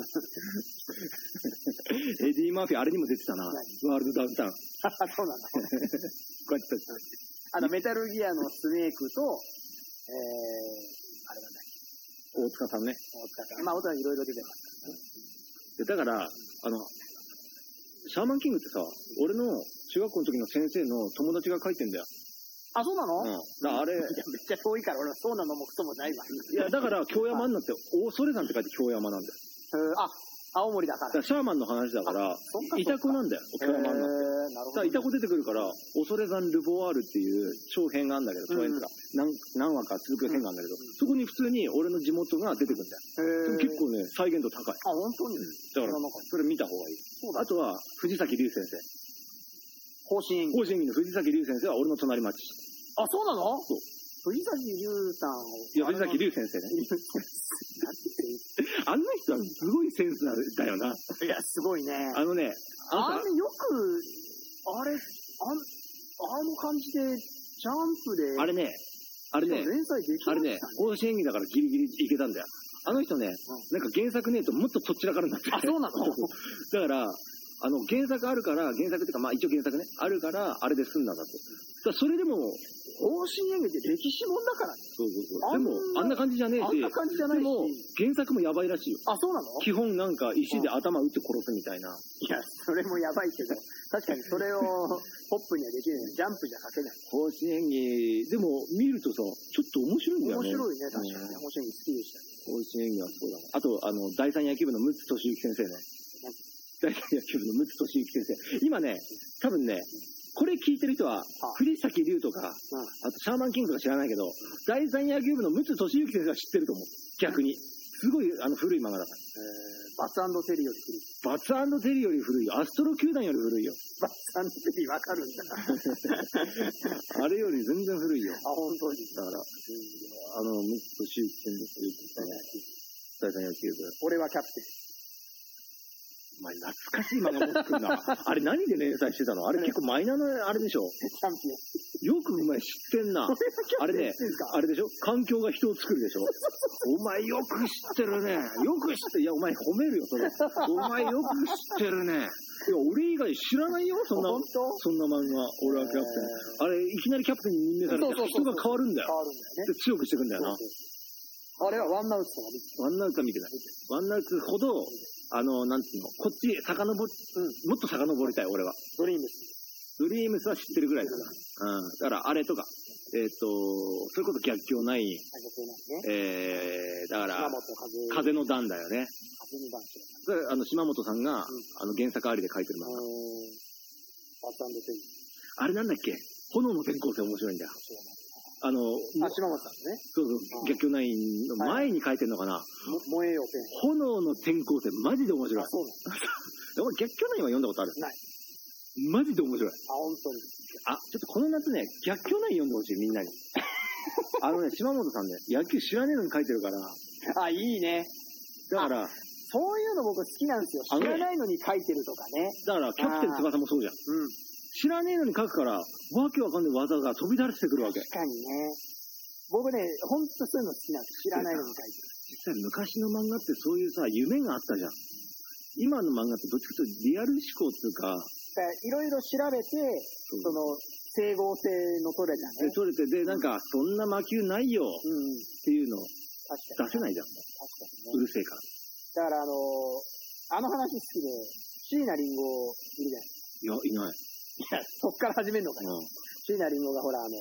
Speaker 3: エディ・マーフィー、あれにも出てたな。ワールドダウンタウン。こ
Speaker 2: あ、そうなんだ。
Speaker 3: うやってた
Speaker 2: あの、メタルギアのスネークと、えー、あれなんだっけ、
Speaker 3: 大塚さんね。
Speaker 2: 大塚さん。まあ、大塚さんいろいろ出てます。
Speaker 3: でだから、あの、シャーマンキングってさ、俺の中学校の時の先生の友達が書いてんだよ。
Speaker 2: あ、そうなの、
Speaker 3: うん。
Speaker 2: い
Speaker 3: だからあれ、
Speaker 2: や、めっちゃ遠いから、俺はそうなのもクソもないわ。
Speaker 3: いや、だから、京山になって、恐れ山って書いて京山なんだよ。
Speaker 2: うんあ、青森だか。
Speaker 3: だかららシャーマンの話だから
Speaker 2: あ、そっかそっか
Speaker 3: イタコなんだよ、京山になって。
Speaker 2: えー、なる
Speaker 3: だ
Speaker 2: ほ
Speaker 3: から
Speaker 2: ど。
Speaker 3: イタコ出てくるから、恐れ山ルボワールっていう長編があるんだけど、長編っていうか、何、何話か続く編があるんだけど、そこに普通に俺の地元が出てくるんだよ。でも
Speaker 2: えー、
Speaker 3: 結構ね、再現度高い。
Speaker 2: あ、本当に
Speaker 3: だか
Speaker 2: 知
Speaker 3: ら
Speaker 2: らなかっ、
Speaker 3: それ見た方がいい。
Speaker 2: そうだ
Speaker 3: あ。とは、藤崎龍先生。
Speaker 2: 方針演技。
Speaker 3: 法人の藤崎龍先生は俺の隣町。
Speaker 2: あ、そうなの
Speaker 3: そう
Speaker 2: 藤崎龍さんを。
Speaker 3: いや、藤崎龍先生ね。 あんな人はすごいセンスなんだよな。
Speaker 2: いや、すごいね。
Speaker 3: あのね、あ
Speaker 2: あ
Speaker 3: の
Speaker 2: れ
Speaker 3: さ、
Speaker 2: よく、あれ、あん、あの感じで、ジャンプで、
Speaker 3: あれね、あれね、
Speaker 2: 連載でき
Speaker 3: あ
Speaker 2: ま
Speaker 3: れ
Speaker 2: した
Speaker 3: ね、甲子園技だからギリギリいけたんだよ。あの人ね、なんか原作ねえともっととっちらか るんだって。
Speaker 2: あ、そうなの
Speaker 3: だから、あの、原作あるから、原作っていうか、まあ一応原作ね、あるから、あれで済んだんだと。だからそれでも、
Speaker 2: 方針演劇って歴史もんだからね。
Speaker 3: そうそうそう。
Speaker 2: あ
Speaker 3: でも、
Speaker 2: んな
Speaker 3: あんな感じじゃねえし、
Speaker 2: あんな感じじゃないし。
Speaker 3: でも、原作もやばいらしいよ。
Speaker 2: あ、そうなの
Speaker 3: 基本なんか石で頭打って殺すみたいな。
Speaker 2: いや、それもやばいけど、確かにそれをポップにはできない。ジャンプじゃ書けない。
Speaker 3: 甲子園技、でも見るとさ、ちょっと面白いんだよ
Speaker 2: 面
Speaker 3: ね。
Speaker 2: 白いね、確かにね。
Speaker 3: うん
Speaker 2: 方針演劇好きでしたね。
Speaker 3: 甲子園技はそうだね。あと、あの、第三野球部の陸奥俊之先生ね。第三野球部の陸奥俊之先生。今ね、多分ね、これ聞いてる人は、藤崎龍とか、
Speaker 2: うん
Speaker 3: あとシャーマンキングとか知らないけど、第三野球部の陸奥俊之先生は知ってると思う。逆に。すごい、あの、古い漫画だか
Speaker 2: えー、バツテリより古い。
Speaker 3: ら。バツテリより古いよ。アストロ球団より古いよ。
Speaker 2: バツテリわかるん だ。あ、
Speaker 3: あれより全然古いよ。
Speaker 2: 本当に。
Speaker 3: だから、あの、陸奥俊之先生ね、第三野球部。
Speaker 2: 俺はキャプテン。
Speaker 3: お前懐かしい漫画持ってくんな。 あれ何で連載してたのあれ結構マイナーなあれでしょ
Speaker 2: チャンピオン。
Speaker 3: よくお前知ってんな。あれね
Speaker 2: 知ってんすか、
Speaker 3: あれでしょ環境が人を作るでしょお前よく知ってるね。よく知って、いやお前褒めるよ、それ。お前よく知ってるね。いや、俺以外知らないよ、そんな
Speaker 2: 本。当
Speaker 3: そんな漫画、俺はキャプテン。あれ、いきなりキャプテンに任命され
Speaker 2: そうそう
Speaker 3: て
Speaker 2: そ
Speaker 3: 人
Speaker 2: うそう
Speaker 3: が変わるんだ
Speaker 2: 変
Speaker 3: よ。
Speaker 2: わるんだよ
Speaker 3: で
Speaker 2: ね。
Speaker 3: 強くしていくんだよな。
Speaker 2: あれはワンナウトとか見て
Speaker 3: ワンナウトは見てない。ワンナウトほど、あの、なんつうの、こっちへ遡っ、もっと遡りたい、俺は。
Speaker 2: ドリームス。
Speaker 3: ドリームスは知ってるぐらいだな。うん。だから、あれとか、えっ、と、それこそ逆境ない、
Speaker 2: あ女性なんね。
Speaker 3: えー、
Speaker 2: 山
Speaker 3: だから
Speaker 2: 本、風。
Speaker 3: 風の段だよね。
Speaker 2: 風に関しては。
Speaker 3: それあの、島本さんが、あの、原作ありで書いてる漫
Speaker 2: うー
Speaker 3: 画。
Speaker 2: ん。バツテリ。
Speaker 3: あれなんだっけ炎の転校生面白いんだよ。
Speaker 2: そうなんだ
Speaker 3: あの、
Speaker 2: あ、島本さんね。
Speaker 3: そうそう、逆境ないの前に書いてるのかな、
Speaker 2: も燃えよペン。
Speaker 3: 炎の転校生、マジで面白い
Speaker 2: あ、。そうなんだ。
Speaker 3: 俺、逆境ないは読んだことある
Speaker 2: ない。
Speaker 3: マジで面白い。
Speaker 2: あ、本当に。
Speaker 3: あ、ちょっとこの夏ね、逆境ない読んでほしい、みん なに。あのね、島本さんね、野球知らねえのに書いてるから、
Speaker 2: あ、いいね。
Speaker 3: だから、
Speaker 2: そういうの僕好きなんですよ。
Speaker 3: あ
Speaker 2: 知
Speaker 3: の
Speaker 2: ら
Speaker 3: ね
Speaker 2: ないのに書いてるとかね。
Speaker 3: だから、キャプテン翼もそうじゃん。
Speaker 2: うん。
Speaker 3: 知らねえのに書くから、わけわかんない技が飛び出してくるわけ。
Speaker 2: 確かにね。僕ね、ほんとそういうの好きなんです。知らないのに書いてる。
Speaker 3: 実際昔の漫画ってそういうさ、夢があったじゃん。今の漫画ってどっちかというとリアル思考っていうか、
Speaker 2: だからいろいろ調べて、
Speaker 3: そ
Speaker 2: そ
Speaker 3: う
Speaker 2: の、整合性の取れた
Speaker 3: で
Speaker 2: ね。
Speaker 3: 取れて、で、なんか、そんな魔球ないよっ
Speaker 2: うん。
Speaker 3: ていうの
Speaker 2: 確か
Speaker 3: 出
Speaker 2: に。
Speaker 3: せないじゃん。
Speaker 2: 確かにね
Speaker 3: う。るせえから。
Speaker 2: だから、あのーあの話好きで、椎名林檎いるじゃない
Speaker 3: いや、いない。
Speaker 2: ですか。そっから始めるのかな。
Speaker 3: うん。
Speaker 2: 椎名林檎がほら、あの、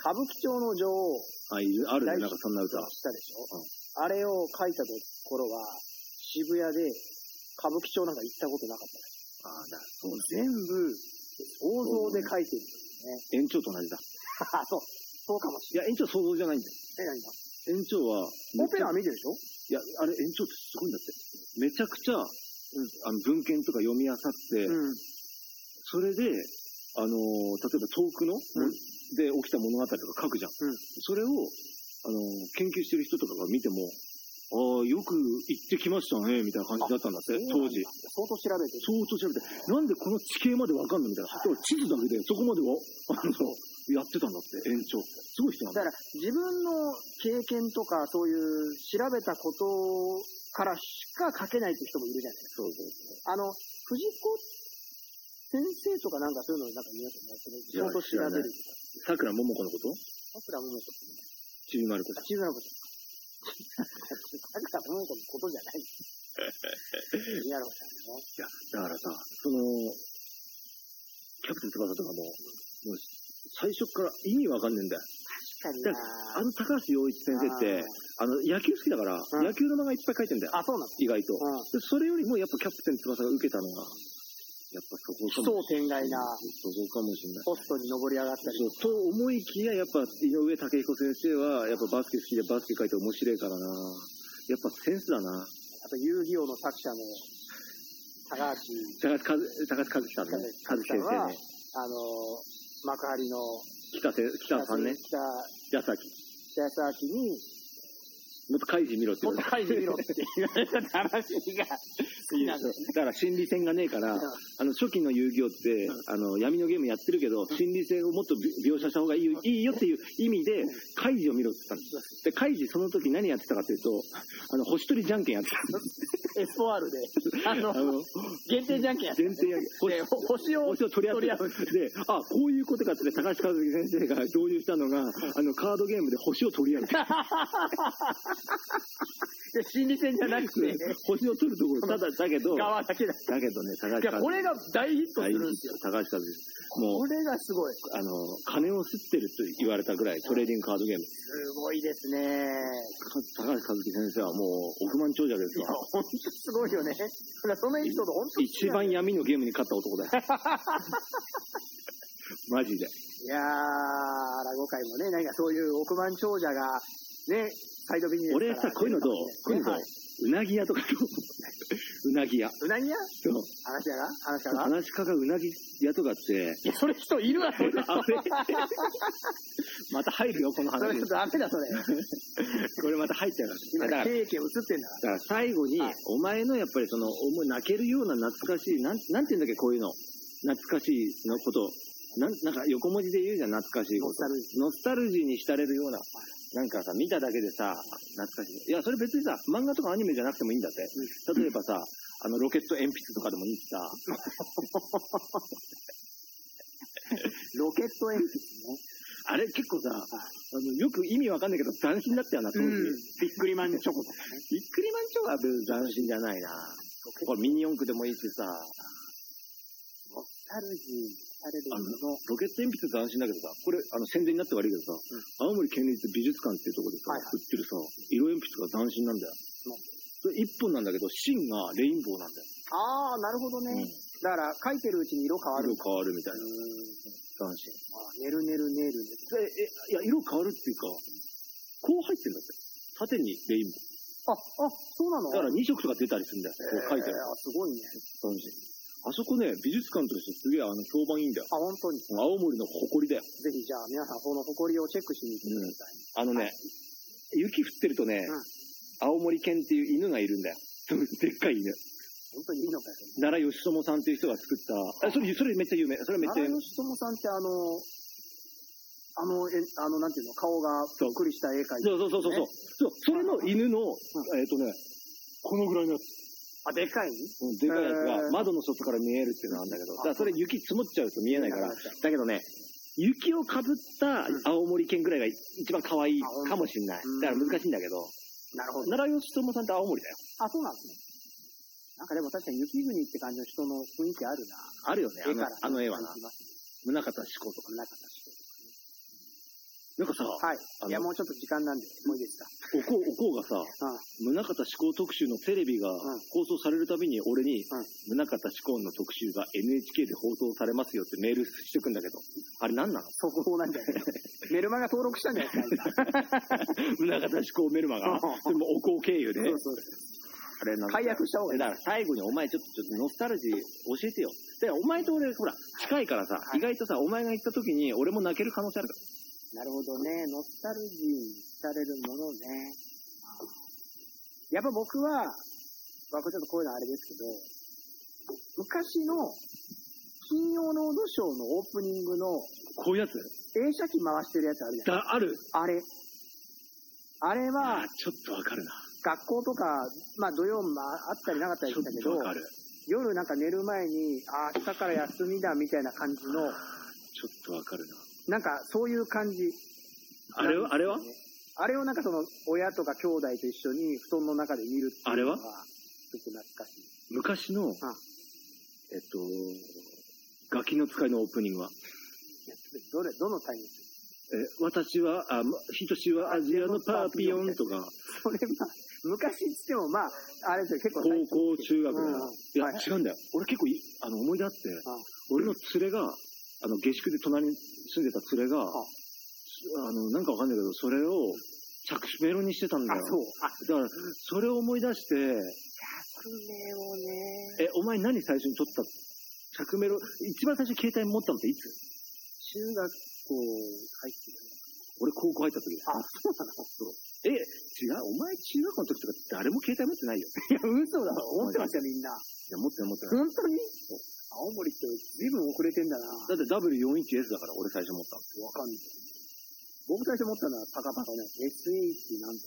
Speaker 2: 歌舞伎町の女王、
Speaker 3: あ、いる、あるね、
Speaker 2: 大
Speaker 3: な
Speaker 2: 丈夫
Speaker 3: んかそんな歌。
Speaker 2: したでしょ、あれを書いたところは、渋谷で歌舞伎町なんか行ったことなかったらしい
Speaker 3: あだ、そう
Speaker 2: 全部、想像で書いてるんですよね。
Speaker 3: 延長と同じだ。
Speaker 2: あ、そう。そうかもし
Speaker 3: いや、園長想像じゃないんだよ。
Speaker 2: れない。
Speaker 3: 園長は、
Speaker 2: オペラは見てるでしょ
Speaker 3: いや、あれ、園長ってすごいんだって。めちゃくちゃ、あの文献とか読み漁って、
Speaker 2: うん。
Speaker 3: それで、あのー例えば遠くの、
Speaker 2: ん
Speaker 3: で起きた物語とか書くじゃん。
Speaker 2: うん
Speaker 3: それを、あのー研究してる人とかが見ても、ああ、よく行ってきましたね、みたいな感じだったんだって、当時。
Speaker 2: 相当調べてる。
Speaker 3: 相当調べて、なんでこの地形までわかんのみたいな。でも地図だけでそこまでは、あの、やってたんだって、延長。すごい人なんだ
Speaker 2: だから、自分の経験とか、そういう調べたことからしか書けないって人もいるじゃないです
Speaker 3: そうそう
Speaker 2: か。あの、藤子先生とかなんかそういうのなんか見ましたね。その相当調べる。
Speaker 3: さくらももこのこと
Speaker 2: 桜桃子っていうの
Speaker 3: ちびまる子
Speaker 2: あ、チーズラボちゃん。桜桃子のことじゃない。チーズラボちゃんね。
Speaker 3: いや、だからさ、その、キャプテン翼とかも、もう、最初から意味わかんねえんだよ。
Speaker 2: 確かに
Speaker 3: あ
Speaker 2: な
Speaker 3: の高橋洋一先生って、あの、野球好きだから、
Speaker 2: うん
Speaker 3: 野球の漫画いっぱい書いてんだよ。
Speaker 2: あ、そうなんです
Speaker 3: 意外と。
Speaker 2: うん。
Speaker 3: でそれよりもやっぱキャプテン翼が受けたのが、やっぱそこ
Speaker 2: 奇
Speaker 3: か
Speaker 2: 想
Speaker 3: もしれない。
Speaker 2: 天外な
Speaker 3: そこかもしれない。
Speaker 2: ポストに登り上がったり。
Speaker 3: そう、と思いきや、やっぱ、井上武彦先生は、やっぱバスケ好きでバスケ書いて面白いからな。やっぱセンスだな。
Speaker 2: あと、遊戯王の作者の高橋、
Speaker 3: 高橋和高橋和樹さんね。
Speaker 2: 和
Speaker 3: 和
Speaker 2: 樹さん
Speaker 3: 樹先
Speaker 2: は
Speaker 3: 生ね。
Speaker 2: あの、幕張の
Speaker 3: 北せ、北さんね。
Speaker 2: 北
Speaker 3: 矢崎。
Speaker 2: 北安明に、
Speaker 3: もっと開示見ろって
Speaker 2: も
Speaker 3: 言
Speaker 2: っ
Speaker 3: わ
Speaker 2: と
Speaker 3: れた
Speaker 2: 書いてみろって言われた話が好きなんです。
Speaker 3: だから心理戦がねえから、あの初期の遊戯王って、あの闇のゲームやってるけど、心理戦をもっと描写した方がいいよいいよっていう意味で、カイジを見ろって言ったんです。で、カイジその時何やってたかっていうと、あの、星取りじゃんけんやってた。
Speaker 2: SOR で、あの
Speaker 3: あ、の、
Speaker 2: 限定じゃんけんやって
Speaker 3: 全然や、星
Speaker 2: で、ほ星を
Speaker 3: 星を取り合ってた。で、あ、こういうことかって高橋和樹先生が導入したのが、あの、カードゲームで星を取り合う。
Speaker 2: で心理戦じゃ なくて、
Speaker 3: 星を取るところ、ただ、だけど、だ
Speaker 2: 側だけだ。い
Speaker 3: けどね、高橋
Speaker 2: や、こ
Speaker 3: 和
Speaker 2: れが大ヒットす
Speaker 3: 樹
Speaker 2: るんですよ。
Speaker 3: 高橋和樹。も
Speaker 2: こ
Speaker 3: う、
Speaker 2: れがすごい。
Speaker 3: あの、金を吸ってると言われたぐらい、トレーディングカードゲーム。
Speaker 2: すごいですね。
Speaker 3: か高橋和樹先生はもう、億万長者です
Speaker 2: いや、
Speaker 3: よ。
Speaker 2: ほんとすごいよね。だからそのエピソード、ほんと
Speaker 3: 一番闇のゲームに勝った 男だよ。マジで。
Speaker 2: いやー、落語界もね、なんかそういう億万長者が、ね、サイドビジネスから
Speaker 3: 俺さ、こういうのどうこういうのど
Speaker 2: はいう
Speaker 3: うなぎ屋とかどううなぎ屋。
Speaker 2: うなぎや
Speaker 3: そう。
Speaker 2: 話やら話やら
Speaker 3: 話し家がうなぎ屋とかって、
Speaker 2: いや、それ人いるわ、それ。
Speaker 3: あれ また入るよ、この
Speaker 2: それち
Speaker 3: 話
Speaker 2: ょ。っとダメだ、それ。
Speaker 3: これまた入っちゃう
Speaker 2: 今、
Speaker 3: から。だから、
Speaker 2: 経営権映ってんだか
Speaker 3: だから最後に
Speaker 2: はい、
Speaker 3: お前のやっぱりその、お前泣けるような懐かしい、なん、なんて言うんだっけ、こういうの。懐かしいのこと。なん、なんか横文字で言うじゃん、懐かしい
Speaker 2: ら、ノ
Speaker 3: こ
Speaker 2: スタルジ
Speaker 3: と。ノスタルジーに浸れるような。なんかさ、見ただけでさ、懐かしい。いや、それ別にさ、漫画とかアニメじゃなくてもいいんだって。例えばさ、あの、ロケット鉛筆とかでもいいしさ、
Speaker 2: ー。ロケット鉛筆ね。
Speaker 3: あれ結構さ、あのよく意味わかんないけど斬新だったよな、当時。
Speaker 2: うん
Speaker 3: びっくりマンチ ョコとかね。びっくりマンチョコは別に斬新じゃないな。これミニ四駆でもいいしさ、
Speaker 2: ノスタルジーに浸れるもの。
Speaker 3: ロケット鉛筆斬新だけどさ、これあの宣伝になって悪いけどさ、青森県立美術館っていうところでさ、
Speaker 2: はいはい
Speaker 3: 売ってるさ、色鉛筆が斬新なんだよ。それ一本なんだけど、芯がレインボーなんだよ。
Speaker 2: あー、なるほどね。だから、書いてるうちに色変わる。
Speaker 3: 色
Speaker 2: う
Speaker 3: 変わるみたいな、
Speaker 2: ーん。
Speaker 3: 斬新。
Speaker 2: あー、ねるねるねるねる。
Speaker 3: でえ、いや、色変わるっていうか、こう入ってんだって。縦にレインボー。
Speaker 2: あ、あ、そうなの
Speaker 3: だから2色とか出たりするんだよ。こう書いてある
Speaker 2: えーあすごいね。
Speaker 3: 斬新。あそこね、美術館としてすげえあの評判いいんだよ。
Speaker 2: あ、本当に。ぜ
Speaker 3: 青森の誇りだよ。
Speaker 2: ひじゃあ皆さんこの誇りをチェックしに行ってください。
Speaker 3: あのね、雪降ってるとね、
Speaker 2: うん
Speaker 3: 青森犬っていう犬がいるんだよ。 でっかい犬。
Speaker 2: 本当にいいのかよ。
Speaker 3: 奈良義友さんっていう人が作った、あそれ、それめっちゃ有名。それめっちゃ有
Speaker 2: 奈良
Speaker 3: 名。
Speaker 2: 義友さんってあの、あの、え、あの、なんていうの、顔がぷっくりした絵描いて
Speaker 3: そうそうそうそう。
Speaker 2: ね
Speaker 3: そう、それの犬の、えっ、とね、このぐらいのやつ。
Speaker 2: あ、でかい
Speaker 3: うんでかいやつ
Speaker 2: へー
Speaker 3: が窓の外から見えるっていうのがあるんだけど、だからそれ雪積もっちゃうと見えないから
Speaker 2: 見えなくなっちゃ、
Speaker 3: だけどね、雪をかぶった青森犬ぐらいが一番可愛いかもしんない
Speaker 2: うん。
Speaker 3: だから難しいんだけど、
Speaker 2: なるほど。
Speaker 3: 奈良義友さんって青森だよ。
Speaker 2: あ、そうなんですね。なんかでも確かに雪国って感じの人の雰囲気あるな。
Speaker 3: あるよね、あ
Speaker 2: 絵か
Speaker 3: の
Speaker 2: ら
Speaker 3: あの絵はな。
Speaker 2: 感じます
Speaker 3: 宗像志功とか。
Speaker 2: なかったし
Speaker 3: なんかさ、
Speaker 2: はい
Speaker 3: あ。の
Speaker 2: いや、もうちょっと時間なんで、もういいですか。
Speaker 3: おこう、おこうがさ、
Speaker 2: うん。
Speaker 3: 宗像志功特集のテレビが
Speaker 2: ん
Speaker 3: 放送されるたびに俺に、
Speaker 2: ん
Speaker 3: 宗像志功の特集が NHK で放送されますよってメールしてくんだけど、
Speaker 4: あれ何なの
Speaker 2: そこなんじゃないですかメルマが登録したんじゃないですかあんた
Speaker 4: 中田志向メルマが。それもお香経由で。
Speaker 2: そうそう
Speaker 4: あれなん
Speaker 2: 解約した方がいい
Speaker 4: だから最後にお前ちょっと、ちょっとノスタルジー教えてよ。で、お前と俺、ほら、近いからさ、
Speaker 2: い
Speaker 4: 意外とさ、お前が行った時に俺も泣ける可能性あるか
Speaker 2: なるほどね。ノスタルジーにされるものね。やっぱ僕は、まあ、これちょっとこういうのあれですけど、昔の金曜ロードショーのオープニングの
Speaker 3: こういうやつ
Speaker 2: 映写機回してるやつあるじゃない
Speaker 3: だ、ある。
Speaker 2: あれ。あれは
Speaker 3: あ、ちょっとわかるな。
Speaker 2: 学校とか、まあ土曜もあったりなかったり
Speaker 3: ちょ
Speaker 2: した
Speaker 3: っ
Speaker 2: け
Speaker 3: と
Speaker 2: ど
Speaker 3: わ、かる。
Speaker 2: 夜なんか寝る前に、あー、明日から休みだみたいな感じの、
Speaker 3: ちょっとわかるな。
Speaker 2: なんかそういう感じ。
Speaker 3: あれはあれは
Speaker 2: あれをなんかその、親とか兄弟と一緒に布団の中で見るっていうのが、
Speaker 3: あれは
Speaker 2: ちょっと懐かしい。
Speaker 3: 昔の、えっと、ガキの使いのオープニングは、
Speaker 2: いやどれ、どのタイミング
Speaker 3: え、私は、あ、ひとしはアジアのパーピオンとか、
Speaker 2: それは、昔っつってもまあ、あれですよ、結構
Speaker 3: 高
Speaker 2: 最初
Speaker 3: 校、中学
Speaker 2: うん
Speaker 3: の、いや、
Speaker 2: はいはい
Speaker 3: 違うんだよ。俺結構い、あの、思い出あって、俺の連れが、あの、下宿で隣に住んでた連れが、あの、なんかわかんないけど、それを、着メロにしてたんだ
Speaker 2: あ、
Speaker 3: よ。
Speaker 2: そう。あ、
Speaker 3: だから、それを思い出して、
Speaker 2: 革命をね、
Speaker 3: え、お前何最初に撮った着メロ、一番最初に携帯持ったのっていつ
Speaker 2: 中学校入って る。
Speaker 3: 俺高校入った時だよ。
Speaker 2: あ、そうなの
Speaker 3: え、違う、お前中学校の時とか誰も携帯持ってないよ。
Speaker 2: いや、嘘だろ。思ってましたよ、みんな。
Speaker 3: いや、持ってない持ってない。
Speaker 2: 本当に青森って随分遅れてんだな。
Speaker 3: だって W411S だから俺最初持ったの。
Speaker 2: わかんない。僕最初持ったのはパカパカね。SE ってなんだ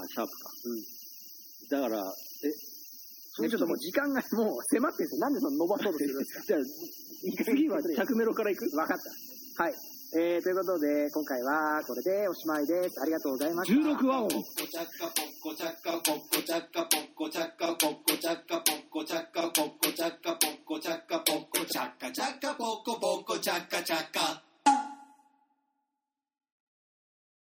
Speaker 3: あ、シャープか。
Speaker 2: うん。
Speaker 3: だから、え、そ
Speaker 2: ね、ちょっともう時間がもう迫ってるんですよ。なんでその伸ばそうとするんですか じゃあ、次は着メロから行くわかった。はい。えー、ということで、今回はこれでおしまいです。ありがとうございました。
Speaker 3: 16話音
Speaker 1: ポッコチャッカポッコチャッカポッコチャッカポッコチャッカポッコチャッカポッコチャッカポッコチャッカポッコチャッカポッコチャッカチャッカポッコポッコチャッカチャッカ